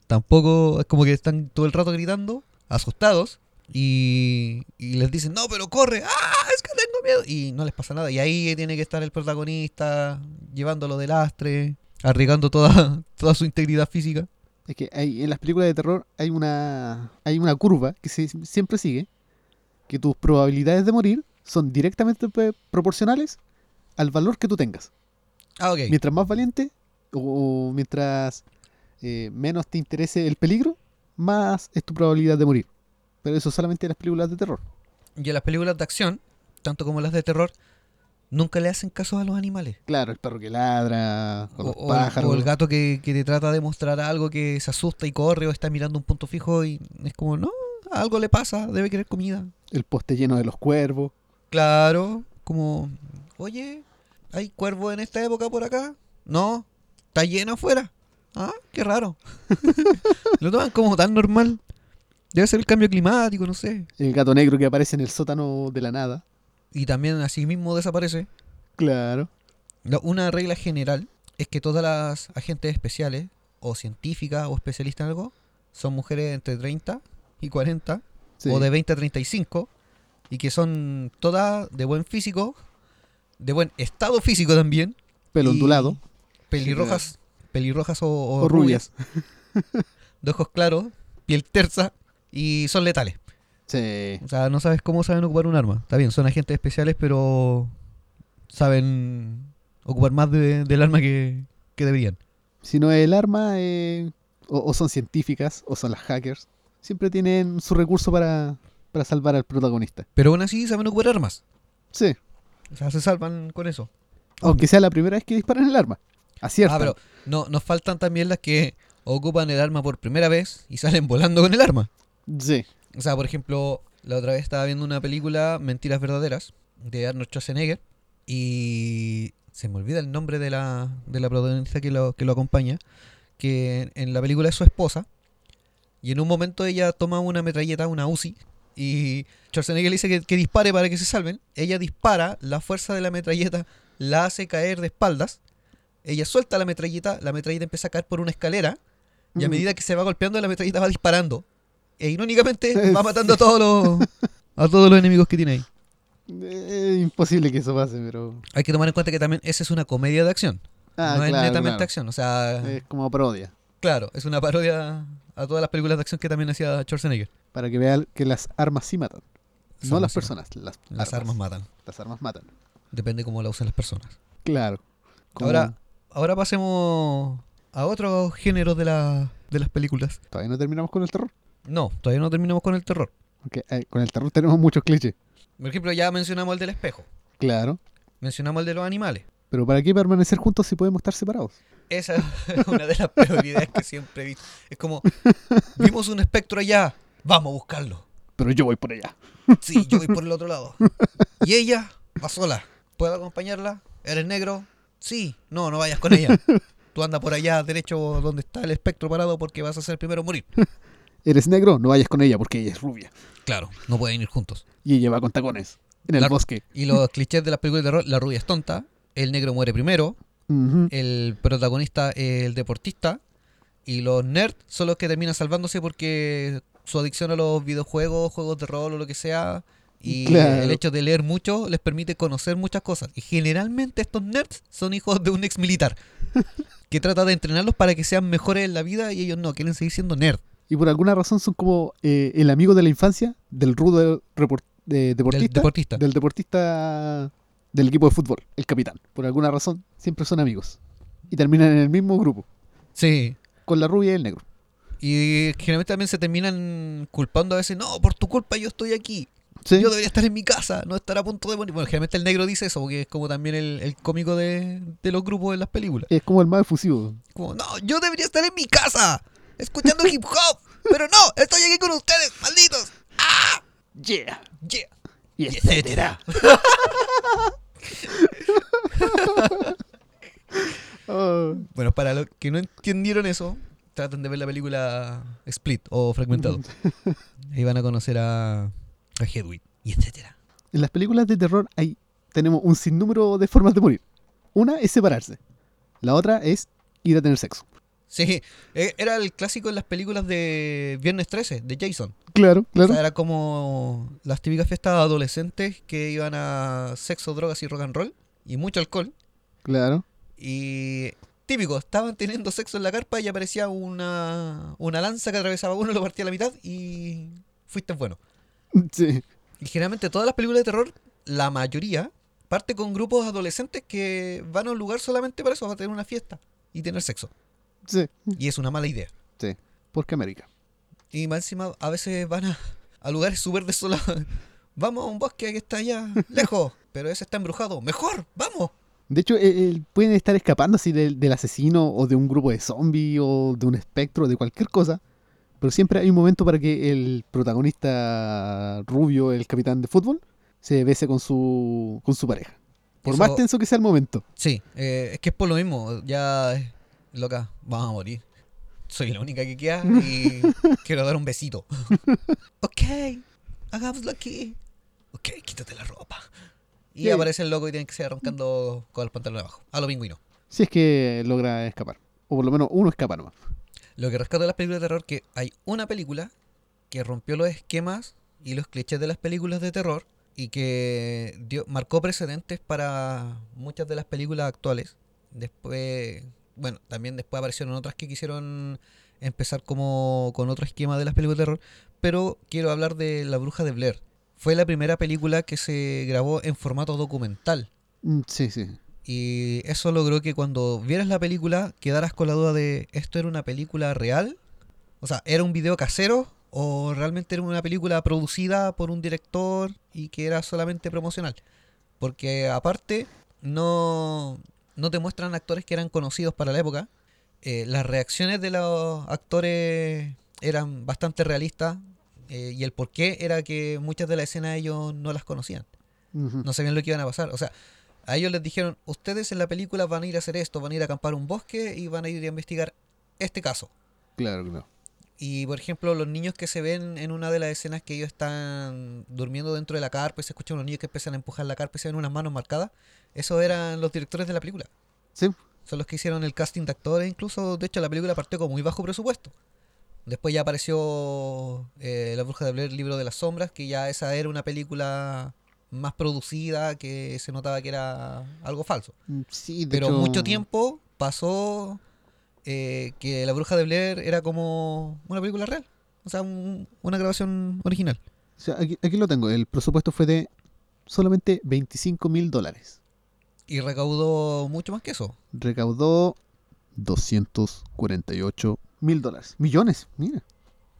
[SPEAKER 1] Tampoco es como que están todo el rato gritando, asustados, y, y les dicen, no, pero corre, ah, es que tengo miedo. Y no les pasa nada. Y ahí tiene que estar el protagonista llevándolo de lastre, arriesgando toda, (laughs) toda su integridad física.
[SPEAKER 2] Es que hay, en las películas de terror hay una, hay una curva que se, siempre sigue, que tus probabilidades de morir son directamente pe- proporcionales al valor que tú tengas.
[SPEAKER 1] Ah, ok.
[SPEAKER 2] Mientras más valiente o, o mientras eh, menos te interese el peligro, más es tu probabilidad de morir. Pero eso solamente en las películas de terror.
[SPEAKER 1] Y en las películas de acción, tanto como las de terror, nunca le hacen caso a los animales.
[SPEAKER 2] Claro, el perro que ladra, o,
[SPEAKER 1] O,
[SPEAKER 2] los
[SPEAKER 1] o el-
[SPEAKER 2] pájaros.
[SPEAKER 1] o el gato que, que te trata de mostrar algo que se asusta y corre o está mirando un punto fijo y es como, no, algo le pasa, debe querer comida.
[SPEAKER 2] el poste lleno de los cuervos.
[SPEAKER 1] Claro, como, oye, ¿hay cuervo en esta época por acá? No, está lleno afuera. Ah, qué raro. (laughs) Lo toman como tan normal. Debe ser el cambio climático, no sé.
[SPEAKER 2] El gato negro que aparece en el sótano de la nada.
[SPEAKER 1] Y también así mismo desaparece.
[SPEAKER 2] Claro.
[SPEAKER 1] La- Una regla general es que todas las agentes especiales, o científicas, o especialistas en algo, son mujeres entre 30 y 40,
[SPEAKER 2] Sí.
[SPEAKER 1] o de 20 a 35, y que son todas de buen físico, de buen estado físico también,
[SPEAKER 2] Pelo
[SPEAKER 1] y
[SPEAKER 2] ondulado.
[SPEAKER 1] Pelirrojas, pelirrojas o, o
[SPEAKER 2] O
[SPEAKER 1] rubias, de ojos claros, piel tersa, y son letales.
[SPEAKER 2] Sí.
[SPEAKER 1] O sea, no sabes cómo saben ocupar un arma. Está bien, son agentes especiales, pero saben ocupar más de- del arma que, que deberían.
[SPEAKER 2] Si no es el arma, eh, o, o son científicas, o son las hackers. Siempre tienen su recurso para, para salvar al protagonista.
[SPEAKER 1] Pero aún así saben ocupar armas.
[SPEAKER 2] Sí.
[SPEAKER 1] O sea, se salvan con eso.
[SPEAKER 2] Aunque sea la primera vez que disparan el arma. Acierta.
[SPEAKER 1] Ah, pero no, nos faltan también las que ocupan el arma por primera vez y salen volando con el arma.
[SPEAKER 2] Sí.
[SPEAKER 1] O sea, por ejemplo, la otra vez estaba viendo una película, Mentiras Verdaderas, de Arnold Schwarzenegger, y se me olvida el nombre de la, de la protagonista que lo, que lo acompaña, que en la película es su esposa, y en un momento ella toma una metralleta, una Uzi, y Schwarzenegger le dice que, que dispare para que se salven, ella dispara, la fuerza de la metralleta la hace caer de espaldas, ella suelta la metralleta, la metralleta empieza a caer por una escalera, y a
[SPEAKER 2] Mm.
[SPEAKER 1] medida que se va golpeando, la metralleta va disparando. E irónicamente
[SPEAKER 2] Eh,
[SPEAKER 1] va matando a todos los a todos los enemigos que tiene ahí.
[SPEAKER 2] Eh, imposible que eso pase, pero.
[SPEAKER 1] Hay que tomar en cuenta que también esa es una comedia de acción.
[SPEAKER 2] Ah,
[SPEAKER 1] no es
[SPEAKER 2] claro,
[SPEAKER 1] netamente
[SPEAKER 2] claro.
[SPEAKER 1] acción. O sea,
[SPEAKER 2] Es como parodia.
[SPEAKER 1] claro, es una parodia a todas las películas de acción que también hacía Schwarzenegger.
[SPEAKER 2] Para que vean que las armas sí matan. no
[SPEAKER 1] Son
[SPEAKER 2] las
[SPEAKER 1] así,
[SPEAKER 2] personas, las,
[SPEAKER 1] Las armas matan.
[SPEAKER 2] Las armas matan.
[SPEAKER 1] Depende cómo la usan las personas.
[SPEAKER 2] Claro. Como-
[SPEAKER 1] Ahora, ahora pasemos a otros géneros de, la- de las películas.
[SPEAKER 2] Todavía no terminamos con el terror.
[SPEAKER 1] No, todavía no terminamos con el terror.
[SPEAKER 2] Porque eh, con el terror tenemos muchos clichés.
[SPEAKER 1] Por ejemplo, ya mencionamos el del espejo.
[SPEAKER 2] Claro.
[SPEAKER 1] Mencionamos el de los animales.
[SPEAKER 2] Pero ¿para qué permanecer juntos si podemos estar separados?
[SPEAKER 1] Esa es (laughs) una de las peores ideas que siempre he visto. Es como, vimos un espectro allá, vamos a buscarlo.
[SPEAKER 2] Pero yo voy por allá.
[SPEAKER 1] Sí, yo voy por el otro lado. Y ella va sola. ¿Puedo acompañarla? ¿Eres negro? Sí, no, no vayas con ella. Tú anda por allá derecho donde está el espectro parado porque vas a ser primero a morir.
[SPEAKER 2] ¿Eres negro? No vayas con ella porque ella es rubia.
[SPEAKER 1] Claro, no pueden ir juntos.
[SPEAKER 2] Y ella va con tacones. En el
[SPEAKER 1] Claro.
[SPEAKER 2] bosque.
[SPEAKER 1] Y los clichés de las películas de terror, la rubia es tonta, el negro muere primero,
[SPEAKER 2] Ujú.
[SPEAKER 1] el protagonista es el deportista y los nerds son los que terminan salvándose porque su adicción a los videojuegos, juegos de rol o lo que sea y
[SPEAKER 2] Claro.
[SPEAKER 1] el hecho de leer mucho les permite conocer muchas cosas. Y generalmente estos nerds son hijos de un ex
[SPEAKER 2] (laughs)
[SPEAKER 1] militar que trata de entrenarlos para que sean mejores en la vida y ellos no, quieren seguir siendo nerd.
[SPEAKER 2] Y por alguna razón son como eh, el amigo de la infancia del rudo repor- de-
[SPEAKER 1] Del
[SPEAKER 2] deportista.
[SPEAKER 1] deportista.
[SPEAKER 2] del deportista del equipo de fútbol, el capitán. Por alguna razón, siempre son amigos. Y terminan en el mismo grupo,
[SPEAKER 1] Sí.
[SPEAKER 2] con la rubia y el negro.
[SPEAKER 1] Y generalmente también se terminan culpando a veces, no, por tu culpa yo estoy aquí.
[SPEAKER 2] Sí,
[SPEAKER 1] Yo debería estar en mi casa, no estar a punto de morir. Bueno, generalmente el negro dice eso, porque es como también el, el cómico de, de los grupos en las películas.
[SPEAKER 2] es como el más efusivo.
[SPEAKER 1] Como, no, yo debería estar en mi casa, escuchando hip hop, pero no, estoy aquí con ustedes, malditos.
[SPEAKER 2] Yeah,
[SPEAKER 1] Yeah.
[SPEAKER 2] y
[SPEAKER 1] (laughs) etcétera.
[SPEAKER 2] (laughs) Oh,
[SPEAKER 1] Bueno, para los que no entendieron eso, traten de ver la película Split o Fragmentado. Ahí van a conocer a, a Hedwig, y etcétera.
[SPEAKER 2] En las películas de terror hay, tenemos un sinnúmero de formas de morir. Una es separarse. La otra es ir a tener sexo.
[SPEAKER 1] Sí, eh, era el clásico en las películas de Viernes 13, de Jason.
[SPEAKER 2] Claro,
[SPEAKER 1] O
[SPEAKER 2] claro.
[SPEAKER 1] sea, era como las típicas fiestas adolescentes que iban a sexo, drogas y rock and roll y mucho alcohol.
[SPEAKER 2] Claro. (laughs)
[SPEAKER 1] Y típico, estaban teniendo sexo en la carpa y aparecía una, una lanza que atravesaba uno, lo partía a la mitad y fuiste bueno.
[SPEAKER 2] Sí.
[SPEAKER 1] Y generalmente todas las películas de terror, la mayoría, parte con grupos adolescentes que van a un lugar solamente para eso, para tener una fiesta y tener sexo.
[SPEAKER 2] Sí.
[SPEAKER 1] Y es una mala idea.
[SPEAKER 2] Porque América.
[SPEAKER 1] Y más encima a veces van a, a lugares súper desolados. (laughs) Vamos a un bosque que está allá lejos, pero ese está embrujado. Mejor, vamos.
[SPEAKER 2] De hecho, eh, eh, pueden estar escapando así del, del asesino o de un grupo de zombies o de un espectro, de cualquier cosa. Pero siempre hay un momento para que el protagonista rubio, el capitán de fútbol, se bese con su, con su pareja. Por
[SPEAKER 1] Eso-
[SPEAKER 2] más tenso que sea el momento.
[SPEAKER 1] Sí, eh, es que es por lo mismo. Ya, eh, loca, vamos a morir. Soy la única que queda y quiero dar un besito. ok, hagámoslo aquí. Ok, quítate la ropa. Y
[SPEAKER 2] Sí.
[SPEAKER 1] aparece el loco y tiene que seguir roncando con el pantalón abajo. A lo pingüino.
[SPEAKER 2] Si es que logra escapar. O por lo menos uno escapa nomás.
[SPEAKER 1] Lo que rescato de las películas de terror que hay una película que rompió los esquemas y los clichés de las películas de terror y que dio- marcó precedentes para muchas de las películas actuales. Después, bueno, también después aparecieron otras que quisieron empezar como con otro esquema de las películas de terror, pero quiero hablar de La Bruja de Blair. Fue la primera película que se grabó en formato documental.
[SPEAKER 2] Mm, Sí, sí.
[SPEAKER 1] Y eso logró que cuando vieras la película quedaras con la duda de esto era una película real, o sea, era un video casero o realmente era una película producida por un director y que era solamente promocional. Porque aparte no, no te muestran actores que eran conocidos para la época. Eh, las reacciones de los actores eran bastante realistas eh, y el porqué era que muchas de las escenas ellos no las conocían
[SPEAKER 2] Ujú.
[SPEAKER 1] no sabían lo que iban a pasar. O sea, a ellos les dijeron, ustedes en la película van a ir a hacer esto, van a ir a acampar un bosque y van a ir a investigar este caso.
[SPEAKER 2] Claro que no.
[SPEAKER 1] Y por ejemplo, los niños que se ven en una de las escenas que ellos están durmiendo dentro de la carpa y se escuchan unos niños que empiezan a empujar la carpa y se ven unas manos marcadas, esos eran los directores de la película.
[SPEAKER 2] Sí,
[SPEAKER 1] Son los que hicieron el casting de actores, incluso, de hecho, la película partió con muy bajo presupuesto. Después ya apareció eh, La Bruja de Blair, Libro de las Sombras, que ya esa era una película más producida, que se notaba que era algo falso.
[SPEAKER 2] Mm, sí, de
[SPEAKER 1] Pero
[SPEAKER 2] hecho-
[SPEAKER 1] mucho tiempo pasó eh, que La Bruja de Blair era como una película real, o sea, un- una grabación original.
[SPEAKER 2] O sea, aquí, aquí lo tengo. El presupuesto fue de solamente 25 mil dólares.
[SPEAKER 1] Y recaudó mucho más que eso.
[SPEAKER 2] Recaudó 248 mil dólares. Millones, mira.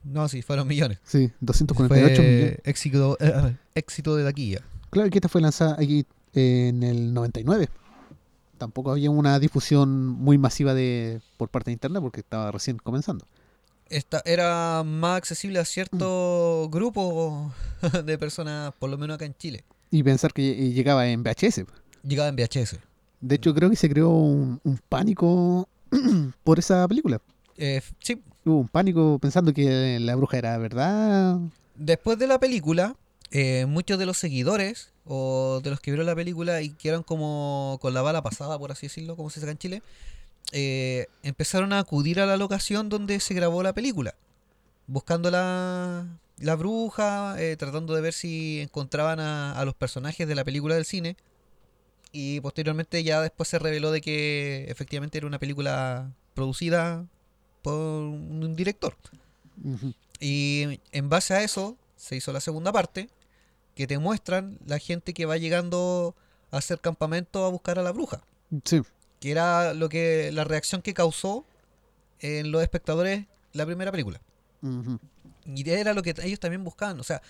[SPEAKER 1] No, sí, fueron millones.
[SPEAKER 2] Sí, 248 millones.
[SPEAKER 1] Fue éxito, eh, éxito de taquilla.
[SPEAKER 2] Claro que esta fue lanzada aquí en el 99. Tampoco había una difusión muy masiva de por parte de internet porque estaba recién comenzando.
[SPEAKER 1] esta era más accesible a cierto grupo (laughs) de personas, por lo menos acá en Chile.
[SPEAKER 2] Y pensar que lle- llegaba en VHS.
[SPEAKER 1] Llegaba en VHS.
[SPEAKER 2] De hecho, creo que se creó un, un pánico (clears throat) por esa película.
[SPEAKER 1] Eh, f- sí,
[SPEAKER 2] Hubo un pánico pensando que la bruja era verdad.
[SPEAKER 1] después de la película, eh, muchos de los seguidores o de los que vieron la película y que eran como con la bala pasada, por así decirlo, como se dice acá en Chile, eh, empezaron a acudir a la locación donde se grabó la película, buscando la, la bruja, eh, tratando de ver si encontraban a, a los personajes de la película del cine. Y posteriormente ya después se reveló de que efectivamente era una película producida por un director.
[SPEAKER 2] Ujú.
[SPEAKER 1] Y en base a eso se hizo la segunda parte, que te muestran la gente que va llegando a hacer campamento a buscar a la bruja,
[SPEAKER 2] Sí.
[SPEAKER 1] que era lo que la reacción que causó en los espectadores la primera película.
[SPEAKER 2] Ujú.
[SPEAKER 1] Y era lo que ellos también buscaban, o sea,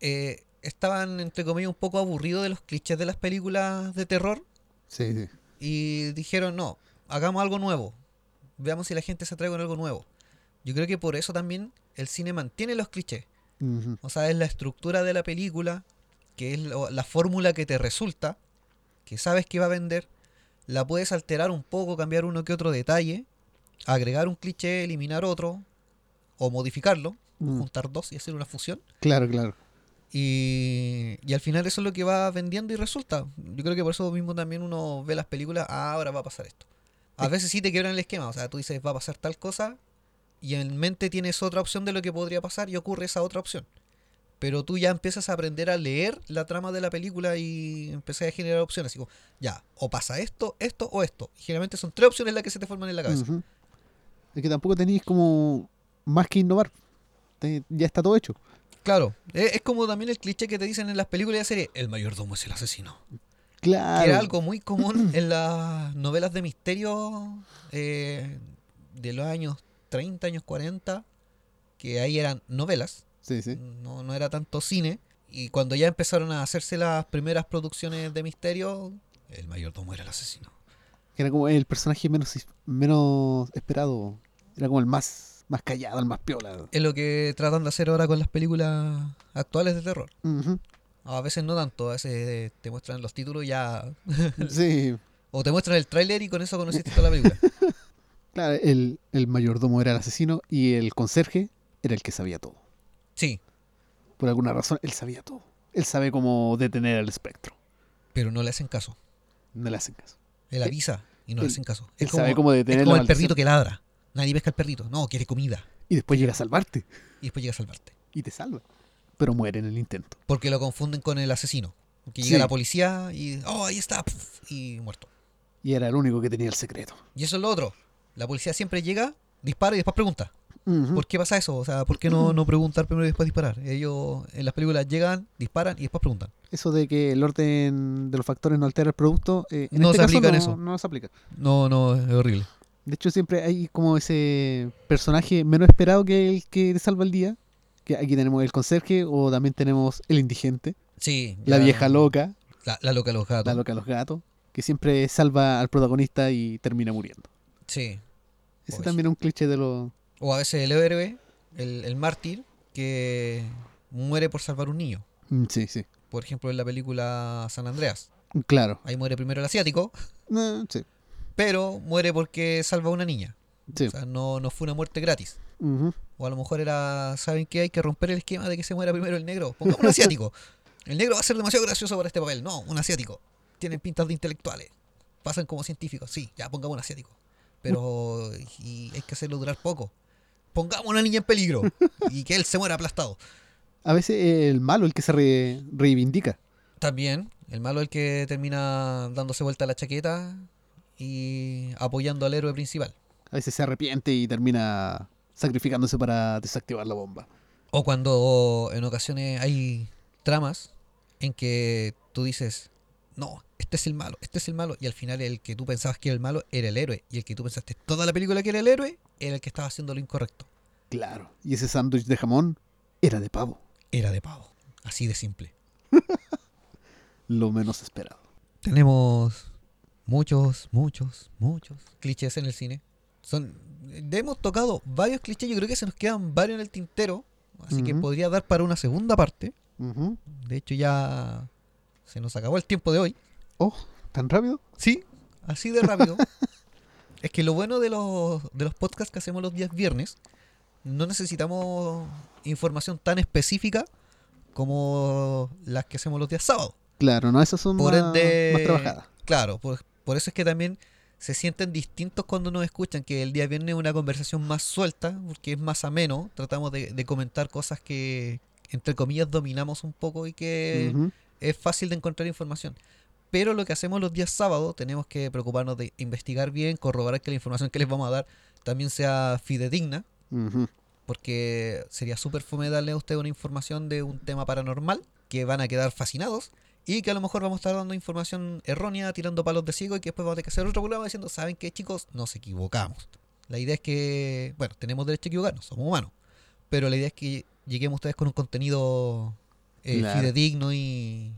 [SPEAKER 1] eh, estaban entre comillas un poco aburridos de los clichés de las películas de terror
[SPEAKER 2] Sí, sí.
[SPEAKER 1] y dijeron, no, hagamos algo nuevo. Veamos si la gente se atrae con algo nuevo. Yo creo que por eso también el cine mantiene los clichés.
[SPEAKER 2] Ujú.
[SPEAKER 1] O sea, es la estructura de la película, que es lo- la fórmula que te resulta, que sabes que va a vender. La puedes alterar un poco, cambiar uno que otro detalle, agregar un cliché, eliminar otro, o modificarlo,
[SPEAKER 2] Mm.
[SPEAKER 1] juntar dos y hacer una fusión.
[SPEAKER 2] Claro, claro.
[SPEAKER 1] Y, y al final eso es lo que va vendiendo y resulta. Yo creo que por eso mismo también uno ve las películas, ah, ahora va a pasar esto. A veces sí te quiebran el esquema, o sea, tú dices, va a pasar tal cosa, y en mente tienes otra opción de lo que podría pasar y ocurre esa otra opción. Pero tú ya empiezas a aprender a leer la trama de la película y empezás a generar opciones. Así como, ya, o pasa esto, esto o esto. Y generalmente son tres opciones las que se te forman en la cabeza.
[SPEAKER 2] Ujú. Es que tampoco tenéis como más que innovar. Te- ya está todo hecho.
[SPEAKER 1] Claro, e- es, como también el cliché que te dicen en las películas de serie, el mayordomo es el asesino.
[SPEAKER 2] Claro.
[SPEAKER 1] que era algo muy
[SPEAKER 2] (clears throat)
[SPEAKER 1] común en las novelas de misterio eh, de los años 30, años 40, que ahí eran novelas,
[SPEAKER 2] Sí, sí.
[SPEAKER 1] no, no era tanto cine. Y cuando ya empezaron a hacerse las primeras producciones de misterio, el mayordomo era el asesino.
[SPEAKER 2] Que era como el personaje menos, is- menos esperado. Era como el más, más callado, el más piola.
[SPEAKER 1] Es lo que tratan de hacer ahora con las películas actuales de terror. (laughs)
[SPEAKER 2] Ujú.
[SPEAKER 1] A veces no tanto, a veces eh, te muestran los títulos ya...
[SPEAKER 2] Sí.
[SPEAKER 1] O te muestran el tráiler y con eso conociste toda la
[SPEAKER 2] (laughs)
[SPEAKER 1] película.
[SPEAKER 2] Claro, el, el mayordomo era el asesino y el conserje era el que sabía todo.
[SPEAKER 1] Sí,
[SPEAKER 2] Por alguna razón, él sabía todo. Él sabe cómo detener el espectro.
[SPEAKER 1] pero no le hacen caso.
[SPEAKER 2] No le hacen caso.
[SPEAKER 1] Él
[SPEAKER 2] Él-
[SPEAKER 1] avisa y no le
[SPEAKER 2] él-
[SPEAKER 1] hacen caso.
[SPEAKER 2] Eh, él sabe cómo detener
[SPEAKER 1] es como
[SPEAKER 2] la
[SPEAKER 1] el perrito
[SPEAKER 2] maldición.
[SPEAKER 1] que ladra. Nadie pesca al perrito. No, quiere comida.
[SPEAKER 2] Y después llega a salvarte
[SPEAKER 1] Y después llega a salvarte.
[SPEAKER 2] y te salva. Pero muere en el intento.
[SPEAKER 1] Porque lo confunden con el asesino. Que
[SPEAKER 2] Sí.
[SPEAKER 1] llega la policía y. ¡Oh, ahí está! pf, Y muerto.
[SPEAKER 2] Y era el único que tenía el secreto.
[SPEAKER 1] Y eso es lo otro. La policía siempre llega, dispara y después pregunta.
[SPEAKER 2] Ujú.
[SPEAKER 1] ¿Por qué pasa eso? O sea, ¿por qué no, no preguntar primero y después disparar? Ellos en las películas llegan, disparan y después preguntan.
[SPEAKER 2] Eso de que el orden de los factores no altera el producto, eh, en
[SPEAKER 1] No
[SPEAKER 2] este
[SPEAKER 1] se
[SPEAKER 2] caso
[SPEAKER 1] aplica en
[SPEAKER 2] no,
[SPEAKER 1] eso.
[SPEAKER 2] no se aplica.
[SPEAKER 1] No, no, es horrible.
[SPEAKER 2] De hecho, siempre hay como ese personaje menos esperado que el que te salva el día. Que aquí tenemos el conserje o también tenemos el indigente,
[SPEAKER 1] Sí.
[SPEAKER 2] la
[SPEAKER 1] ya-
[SPEAKER 2] vieja loca,
[SPEAKER 1] La, la loca los gatos.
[SPEAKER 2] la loca de los gatos, que siempre salva al protagonista y termina muriendo.
[SPEAKER 1] Sí.
[SPEAKER 2] Ese
[SPEAKER 1] Oye.
[SPEAKER 2] también es un cliché de los...
[SPEAKER 1] O a veces el héroe, el, el mártir, que muere por salvar un niño.
[SPEAKER 2] Mm, Sí, sí.
[SPEAKER 1] Por ejemplo, en la película San Andreas.
[SPEAKER 2] Claro.
[SPEAKER 1] Ahí muere primero el asiático,
[SPEAKER 2] Eh, sí,
[SPEAKER 1] pero muere porque salva a una niña.
[SPEAKER 2] sí.
[SPEAKER 1] O sea, no, no fue una muerte gratis.
[SPEAKER 2] Ujú.
[SPEAKER 1] O a lo mejor era, ¿saben qué? Hay que romper el esquema de que se muera primero el negro. Pongamos un asiático. El negro va a ser demasiado gracioso para este papel. No, un asiático. Tienen pintas de intelectuales. Pasan como científicos. Sí, ya pongamos un asiático. Pero y hay que hacerlo durar poco. Pongamos a una niña en peligro y que él se muera aplastado.
[SPEAKER 2] A veces el malo, el que se re- reivindica.
[SPEAKER 1] También, el malo es el que termina dándose vuelta la chaqueta y apoyando al héroe principal.
[SPEAKER 2] A veces se arrepiente y termina sacrificándose para desactivar la bomba.
[SPEAKER 1] O cuando en ocasiones hay tramas en que tú dices, no, este es el malo, este es el malo, y al final el que tú pensabas que era el malo era el héroe, y el que tú pensaste toda la película que era el héroe era el que estaba haciendo lo incorrecto.
[SPEAKER 2] Claro. Y ese sándwich de jamón era de pavo.
[SPEAKER 1] Era de pavo, así de simple.
[SPEAKER 2] Lo menos esperado.
[SPEAKER 1] Tenemos muchos, muchos, muchos clichés en el cine. Son, eh, hemos tocado varios clichés, yo creo que se nos quedan varios en el tintero, así que
[SPEAKER 2] Ujú.
[SPEAKER 1] podría dar para una segunda parte.
[SPEAKER 2] Ujú.
[SPEAKER 1] De hecho ya se nos acabó el tiempo de hoy.
[SPEAKER 2] Oh, ¿tan rápido?
[SPEAKER 1] Sí, así de rápido. es que lo bueno de los, de los podcasts que hacemos los días viernes, no necesitamos información tan específica como las que hacemos los días sábados.
[SPEAKER 2] Claro, no, esas son
[SPEAKER 1] Por
[SPEAKER 2] más,
[SPEAKER 1] ende-
[SPEAKER 2] más trabajadas.
[SPEAKER 1] Claro, por, por eso es que también se sienten distintos cuando nos escuchan, que el día viernes es una conversación más suelta, porque es más ameno, tratamos de, de comentar cosas que, entre comillas, dominamos un poco y que
[SPEAKER 2] Ujú.
[SPEAKER 1] es fácil de encontrar información. Pero lo que hacemos los días sábados, tenemos que preocuparnos de investigar bien, corroborar que la información que les vamos a dar también sea fidedigna,
[SPEAKER 2] Ujú.
[SPEAKER 1] porque sería súper fome darle a usted una información de un tema paranormal, que van a quedar fascinados, y que a lo mejor vamos a estar dando información errónea, tirando palos de ciego, y que después vamos a tener que hacer otro programa diciendo, ¿saben qué chicos? Nos equivocamos. La idea es que, bueno, tenemos derecho a equivocarnos, somos humanos, pero la idea es que lleguemos a ustedes con un contenido eh,
[SPEAKER 2] Claro.
[SPEAKER 1] fidedigno y,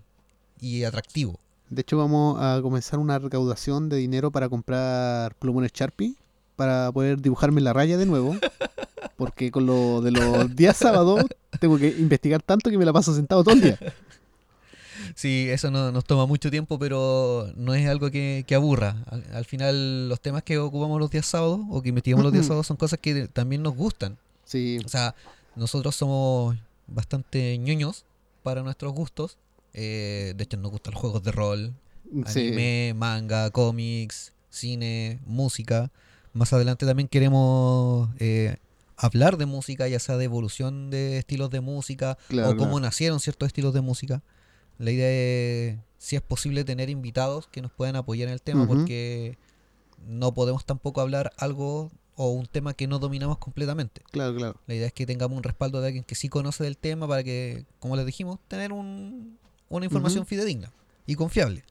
[SPEAKER 1] y atractivo.
[SPEAKER 2] De hecho, vamos a comenzar una recaudación de dinero para comprar plumones Sharpie para poder dibujarme la raya
[SPEAKER 1] (laughs)
[SPEAKER 2] de nuevo. Porque con lo de los días sábados tengo que investigar tanto que me la paso sentado todo el día.
[SPEAKER 1] Sí, eso no, nos toma mucho tiempo, pero no es algo que, que aburra. Al, al final, los temas que ocupamos los días sábados o que investigamos los días
[SPEAKER 2] Ujú.
[SPEAKER 1] sábados son cosas que de- también nos gustan.
[SPEAKER 2] Sí,
[SPEAKER 1] O sea, nosotros somos bastante ñoños para nuestros gustos. Eh, de hecho, nos gustan los juegos de rol,
[SPEAKER 2] sí.
[SPEAKER 1] anime, manga, cómics, cine, música. Más adelante también queremos eh, hablar de música, ya sea de evolución de estilos de música
[SPEAKER 2] Claro,
[SPEAKER 1] o cómo
[SPEAKER 2] claro.
[SPEAKER 1] nacieron ciertos estilos de música. La idea es, si es posible, tener invitados que nos puedan apoyar en el tema
[SPEAKER 2] Ujú.
[SPEAKER 1] porque no podemos tampoco hablar algo o un tema que no dominamos completamente.
[SPEAKER 2] Claro, claro.
[SPEAKER 1] La idea es que tengamos un respaldo de alguien que sí conoce del tema para que, como les dijimos, tener un- una información
[SPEAKER 2] Ujú.
[SPEAKER 1] fidedigna y confiable.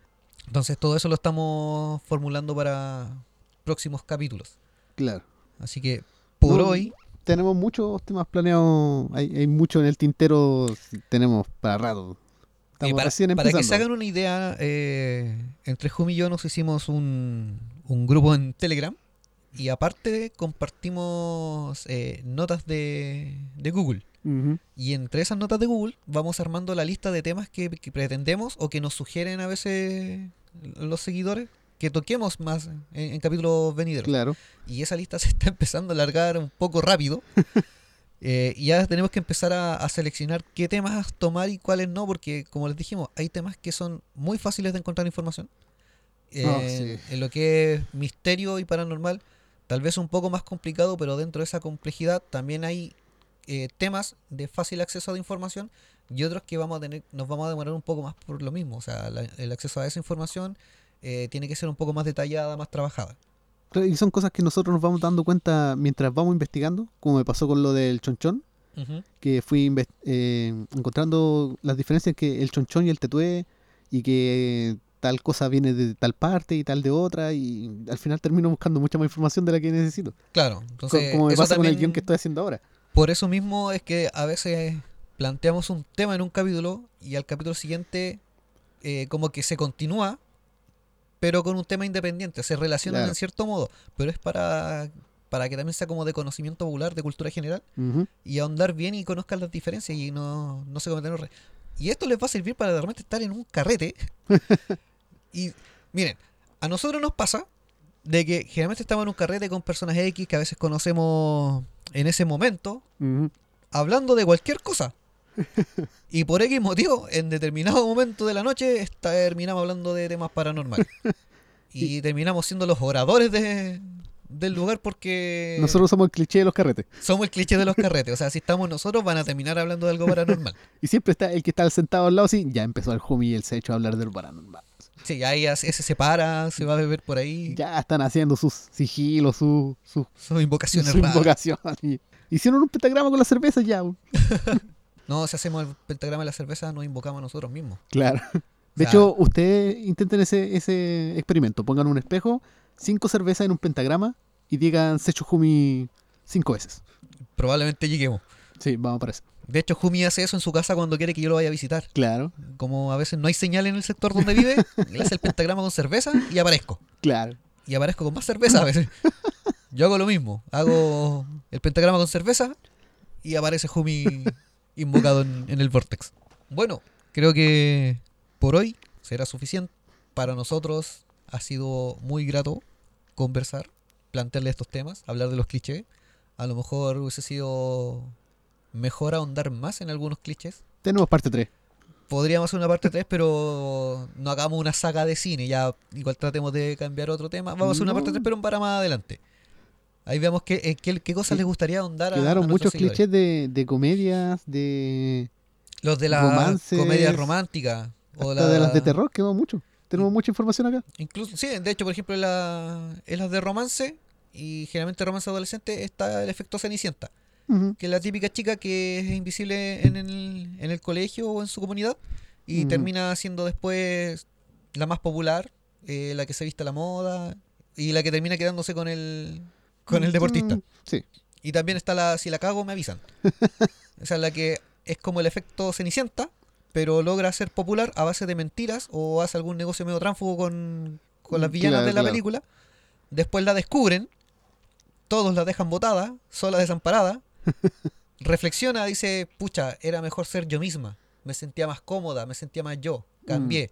[SPEAKER 1] Entonces todo eso lo estamos formulando para próximos capítulos.
[SPEAKER 2] claro.
[SPEAKER 1] Así que por
[SPEAKER 2] No,
[SPEAKER 1] hoy,
[SPEAKER 2] Tenemos muchos temas planeados. Hay, hay mucho en el tintero. sí, Tenemos para rato.
[SPEAKER 1] eh,
[SPEAKER 2] Estamos
[SPEAKER 1] para,
[SPEAKER 2] recién
[SPEAKER 1] para que
[SPEAKER 2] empezando.
[SPEAKER 1] se hagan una idea, eh, entre Jumi y yo nos hicimos un, un grupo en Telegram y aparte compartimos eh, notas de, de Google.
[SPEAKER 2] Ujú.
[SPEAKER 1] Y entre esas notas de Google vamos armando la lista de temas que, que pretendemos o que nos sugieren a veces los seguidores que toquemos más en, en capítulos venideros.
[SPEAKER 2] Claro.
[SPEAKER 1] Y esa lista (laughs) se está empezando a alargar un poco
[SPEAKER 2] (laughs)
[SPEAKER 1] rápido. Eh, y ya tenemos que empezar a, a seleccionar qué temas tomar y cuáles no, porque como les dijimos, hay temas que son muy fáciles de encontrar información. Eh,
[SPEAKER 2] Ah, sí.
[SPEAKER 1] En lo que es misterio y paranormal, tal vez un poco más complicado, pero dentro de esa complejidad también hay eh, temas de fácil acceso de información y otros que vamos a tener, nos vamos a demorar un poco más por lo mismo. O sea, la- el acceso a esa información eh, tiene que ser un poco más detallada, más trabajada.
[SPEAKER 2] Claro, Y son cosas que nosotros nos vamos dando cuenta mientras vamos investigando, como me pasó con lo del chonchón, que fui inves- eh, encontrando las diferencias que el chonchón y el tetué, y que tal cosa viene de tal parte y tal de otra, y al final termino buscando mucha más información de la que necesito. co-
[SPEAKER 1] Claro, entonces
[SPEAKER 2] como me
[SPEAKER 1] eso
[SPEAKER 2] pasa con el
[SPEAKER 1] también-
[SPEAKER 2] guión que estoy haciendo ahora.
[SPEAKER 1] Por eso mismo es que a veces planteamos un tema en un capítulo y al capítulo siguiente eh, como que se continúa, pero con un tema independiente, se relacionan
[SPEAKER 2] Claro.
[SPEAKER 1] en cierto modo, pero es para, para que también sea como de conocimiento popular, de cultura general,
[SPEAKER 2] Ujú.
[SPEAKER 1] y ahondar bien y conozcan las diferencias y no, no se cometan errores. Y esto les va a servir para realmente estar en un carrete. y miren, a nosotros nos pasa de que generalmente estamos en un carrete con personas X que a veces conocemos en ese momento,
[SPEAKER 2] Ujú.
[SPEAKER 1] hablando de cualquier cosa. Y por X motivo, en determinado momento de la noche está- terminamos hablando de temas paranormales. Y terminamos siendo los oradores de- del lugar porque
[SPEAKER 2] Nosotros somos el cliché de los carretes.
[SPEAKER 1] somos el cliché de los carretes. O sea, si estamos nosotros van a terminar hablando de algo paranormal.
[SPEAKER 2] Y siempre está el que está sentado al lado, sí, ya empezó el homie y el secho a hablar del paranormal.
[SPEAKER 1] Sí, ahí hace- se separa, se va a beber por ahí.
[SPEAKER 2] Ya están haciendo sus sigilos, sus (laughs) sus
[SPEAKER 1] Son invocaciones
[SPEAKER 2] su
[SPEAKER 1] raras.
[SPEAKER 2] invocación. Y- Hicieron un pentagrama con la cerveza ya. bu.
[SPEAKER 1] No, si hacemos el pentagrama de la cerveza, nos invocamos a nosotros mismos.
[SPEAKER 2] Claro. De
[SPEAKER 1] O sea-
[SPEAKER 2] hecho, ustedes intenten ese, ese experimento. Pongan un espejo, cinco cervezas en un pentagrama y digan Sechuhumi cinco veces.
[SPEAKER 1] Probablemente lleguemos.
[SPEAKER 2] Sí, vamos para eso.
[SPEAKER 1] De hecho, Jumi hace eso en su casa cuando quiere que yo lo vaya a visitar.
[SPEAKER 2] Claro,
[SPEAKER 1] Como a veces no hay señal en el sector donde vive, (laughs) le hace el pentagrama con cerveza y aparezco.
[SPEAKER 2] claro.
[SPEAKER 1] Y aparezco con más cerveza a veces. Yo hago lo mismo. Hago el pentagrama con cerveza y aparece Jumi invocado en, en el Vortex. Bueno, creo que por hoy será suficiente. Para nosotros ha sido muy grato conversar, plantearle estos temas, hablar de los clichés. A lo mejor hubiese sido mejor ahondar más en algunos clichés
[SPEAKER 2] Tenemos parte 3.
[SPEAKER 1] podríamos hacer una parte 3, pero no hagamos una saga de cine. Ya igual tratemos de cambiar otro tema. Vamos a hacer una
[SPEAKER 2] No.
[SPEAKER 1] parte 3, pero para más adelante. Ahí veamos qué, eh, qué, qué cosas
[SPEAKER 2] Sí.
[SPEAKER 1] les gustaría ahondar a, a
[SPEAKER 2] Quedaron
[SPEAKER 1] nuestros
[SPEAKER 2] muchos
[SPEAKER 1] seguidores.
[SPEAKER 2] clichés de, de comedias, de,
[SPEAKER 1] Los de las
[SPEAKER 2] romances,
[SPEAKER 1] comedias románticas. O
[SPEAKER 2] hasta
[SPEAKER 1] la-
[SPEAKER 2] de las de terror, quedó mucho. Tenemos mucha información acá.
[SPEAKER 1] Incluso, sí, de hecho, por ejemplo, en, la- en las de romance, y generalmente romance adolescente, está el efecto Cenicienta.
[SPEAKER 2] Ujú.
[SPEAKER 1] que es la típica chica que es invisible en el, en el colegio o en su comunidad y
[SPEAKER 2] Ujú.
[SPEAKER 1] termina siendo después la más popular, eh, la que se viste a la moda y la que termina quedándose con el, con el deportista.
[SPEAKER 2] Mm, Sí.
[SPEAKER 1] Y también está la, si la cago, me
[SPEAKER 2] (laughs)
[SPEAKER 1] avisan. O sea, la que es como el efecto Cenicienta, pero logra ser popular a base de mentiras o hace algún negocio medio tránfugo con, con las villanas
[SPEAKER 2] Claro,
[SPEAKER 1] de la
[SPEAKER 2] claro.
[SPEAKER 1] película. Después la descubren, todos la dejan botada, sola
[SPEAKER 2] (laughs)
[SPEAKER 1] desamparada. Reflexiona, dice, pucha, era mejor ser yo misma. Me sentía más cómoda, me sentía más yo,
[SPEAKER 2] Mm.
[SPEAKER 1] cambié.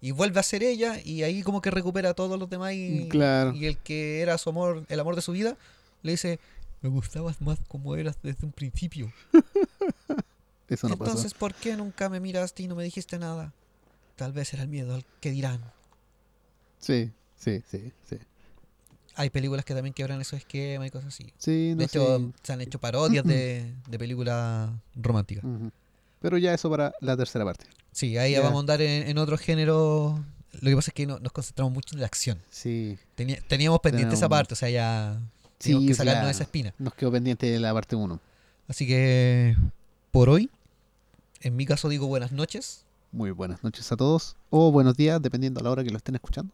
[SPEAKER 1] Y vuelve a ser ella y ahí como que recupera a todos los demás y,
[SPEAKER 2] Mm, Claro.
[SPEAKER 1] y el que era su amor, el amor de su vida, le dice, me gustabas más como eras desde un principio.
[SPEAKER 2] Eso no pasó.
[SPEAKER 1] Entonces, ¿por qué nunca me miraste y no me dijiste nada? Tal vez era el miedo al que dirán.
[SPEAKER 2] Sí, sí, sí, sí.
[SPEAKER 1] Hay películas que también quebran esos esquemas y cosas así.
[SPEAKER 2] Sí,
[SPEAKER 1] De
[SPEAKER 2] no
[SPEAKER 1] hecho,
[SPEAKER 2] sé.
[SPEAKER 1] se han hecho parodias
[SPEAKER 2] (clears throat)
[SPEAKER 1] de, de películas románticas.
[SPEAKER 2] Ujú. Pero ya eso para la tercera parte.
[SPEAKER 1] Sí, ahí
[SPEAKER 2] Mm. Ya.
[SPEAKER 1] vamos a andar en, en otro género. Lo que pasa es que no- nos concentramos mucho en la acción.
[SPEAKER 2] Sí.
[SPEAKER 1] Teni- teníamos pendiente esa
[SPEAKER 2] Tenemos-
[SPEAKER 1] parte, o sea, ya
[SPEAKER 2] Sí,
[SPEAKER 1] teníamos que
[SPEAKER 2] o sea,
[SPEAKER 1] sacarnos esa espina.
[SPEAKER 2] Nos quedó pendiente de la parte 1.
[SPEAKER 1] Así que, por hoy, en mi caso digo buenas noches.
[SPEAKER 2] Muy buenas noches a todos. O buenos días, dependiendo a la hora que lo estén escuchando.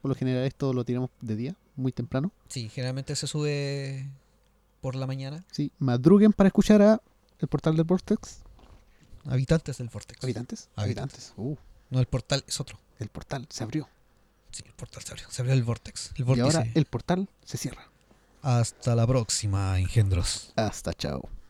[SPEAKER 2] Por lo general esto lo tiramos de día, muy temprano.
[SPEAKER 1] Sí, generalmente se sube por la mañana.
[SPEAKER 2] Sí, madruguen para escuchar a el portal del Vortex.
[SPEAKER 1] Habitantes del Vortex.
[SPEAKER 2] Habitantes.
[SPEAKER 1] Habitantes.
[SPEAKER 2] Uh,
[SPEAKER 1] No, el portal es otro.
[SPEAKER 2] el portal se abrió.
[SPEAKER 1] Sí, el portal se abrió. Se abrió el Vortex. El
[SPEAKER 2] Y
[SPEAKER 1] vórtice.
[SPEAKER 2] ahora el portal se cierra.
[SPEAKER 1] Hasta la próxima, engendros.
[SPEAKER 2] Hasta chao.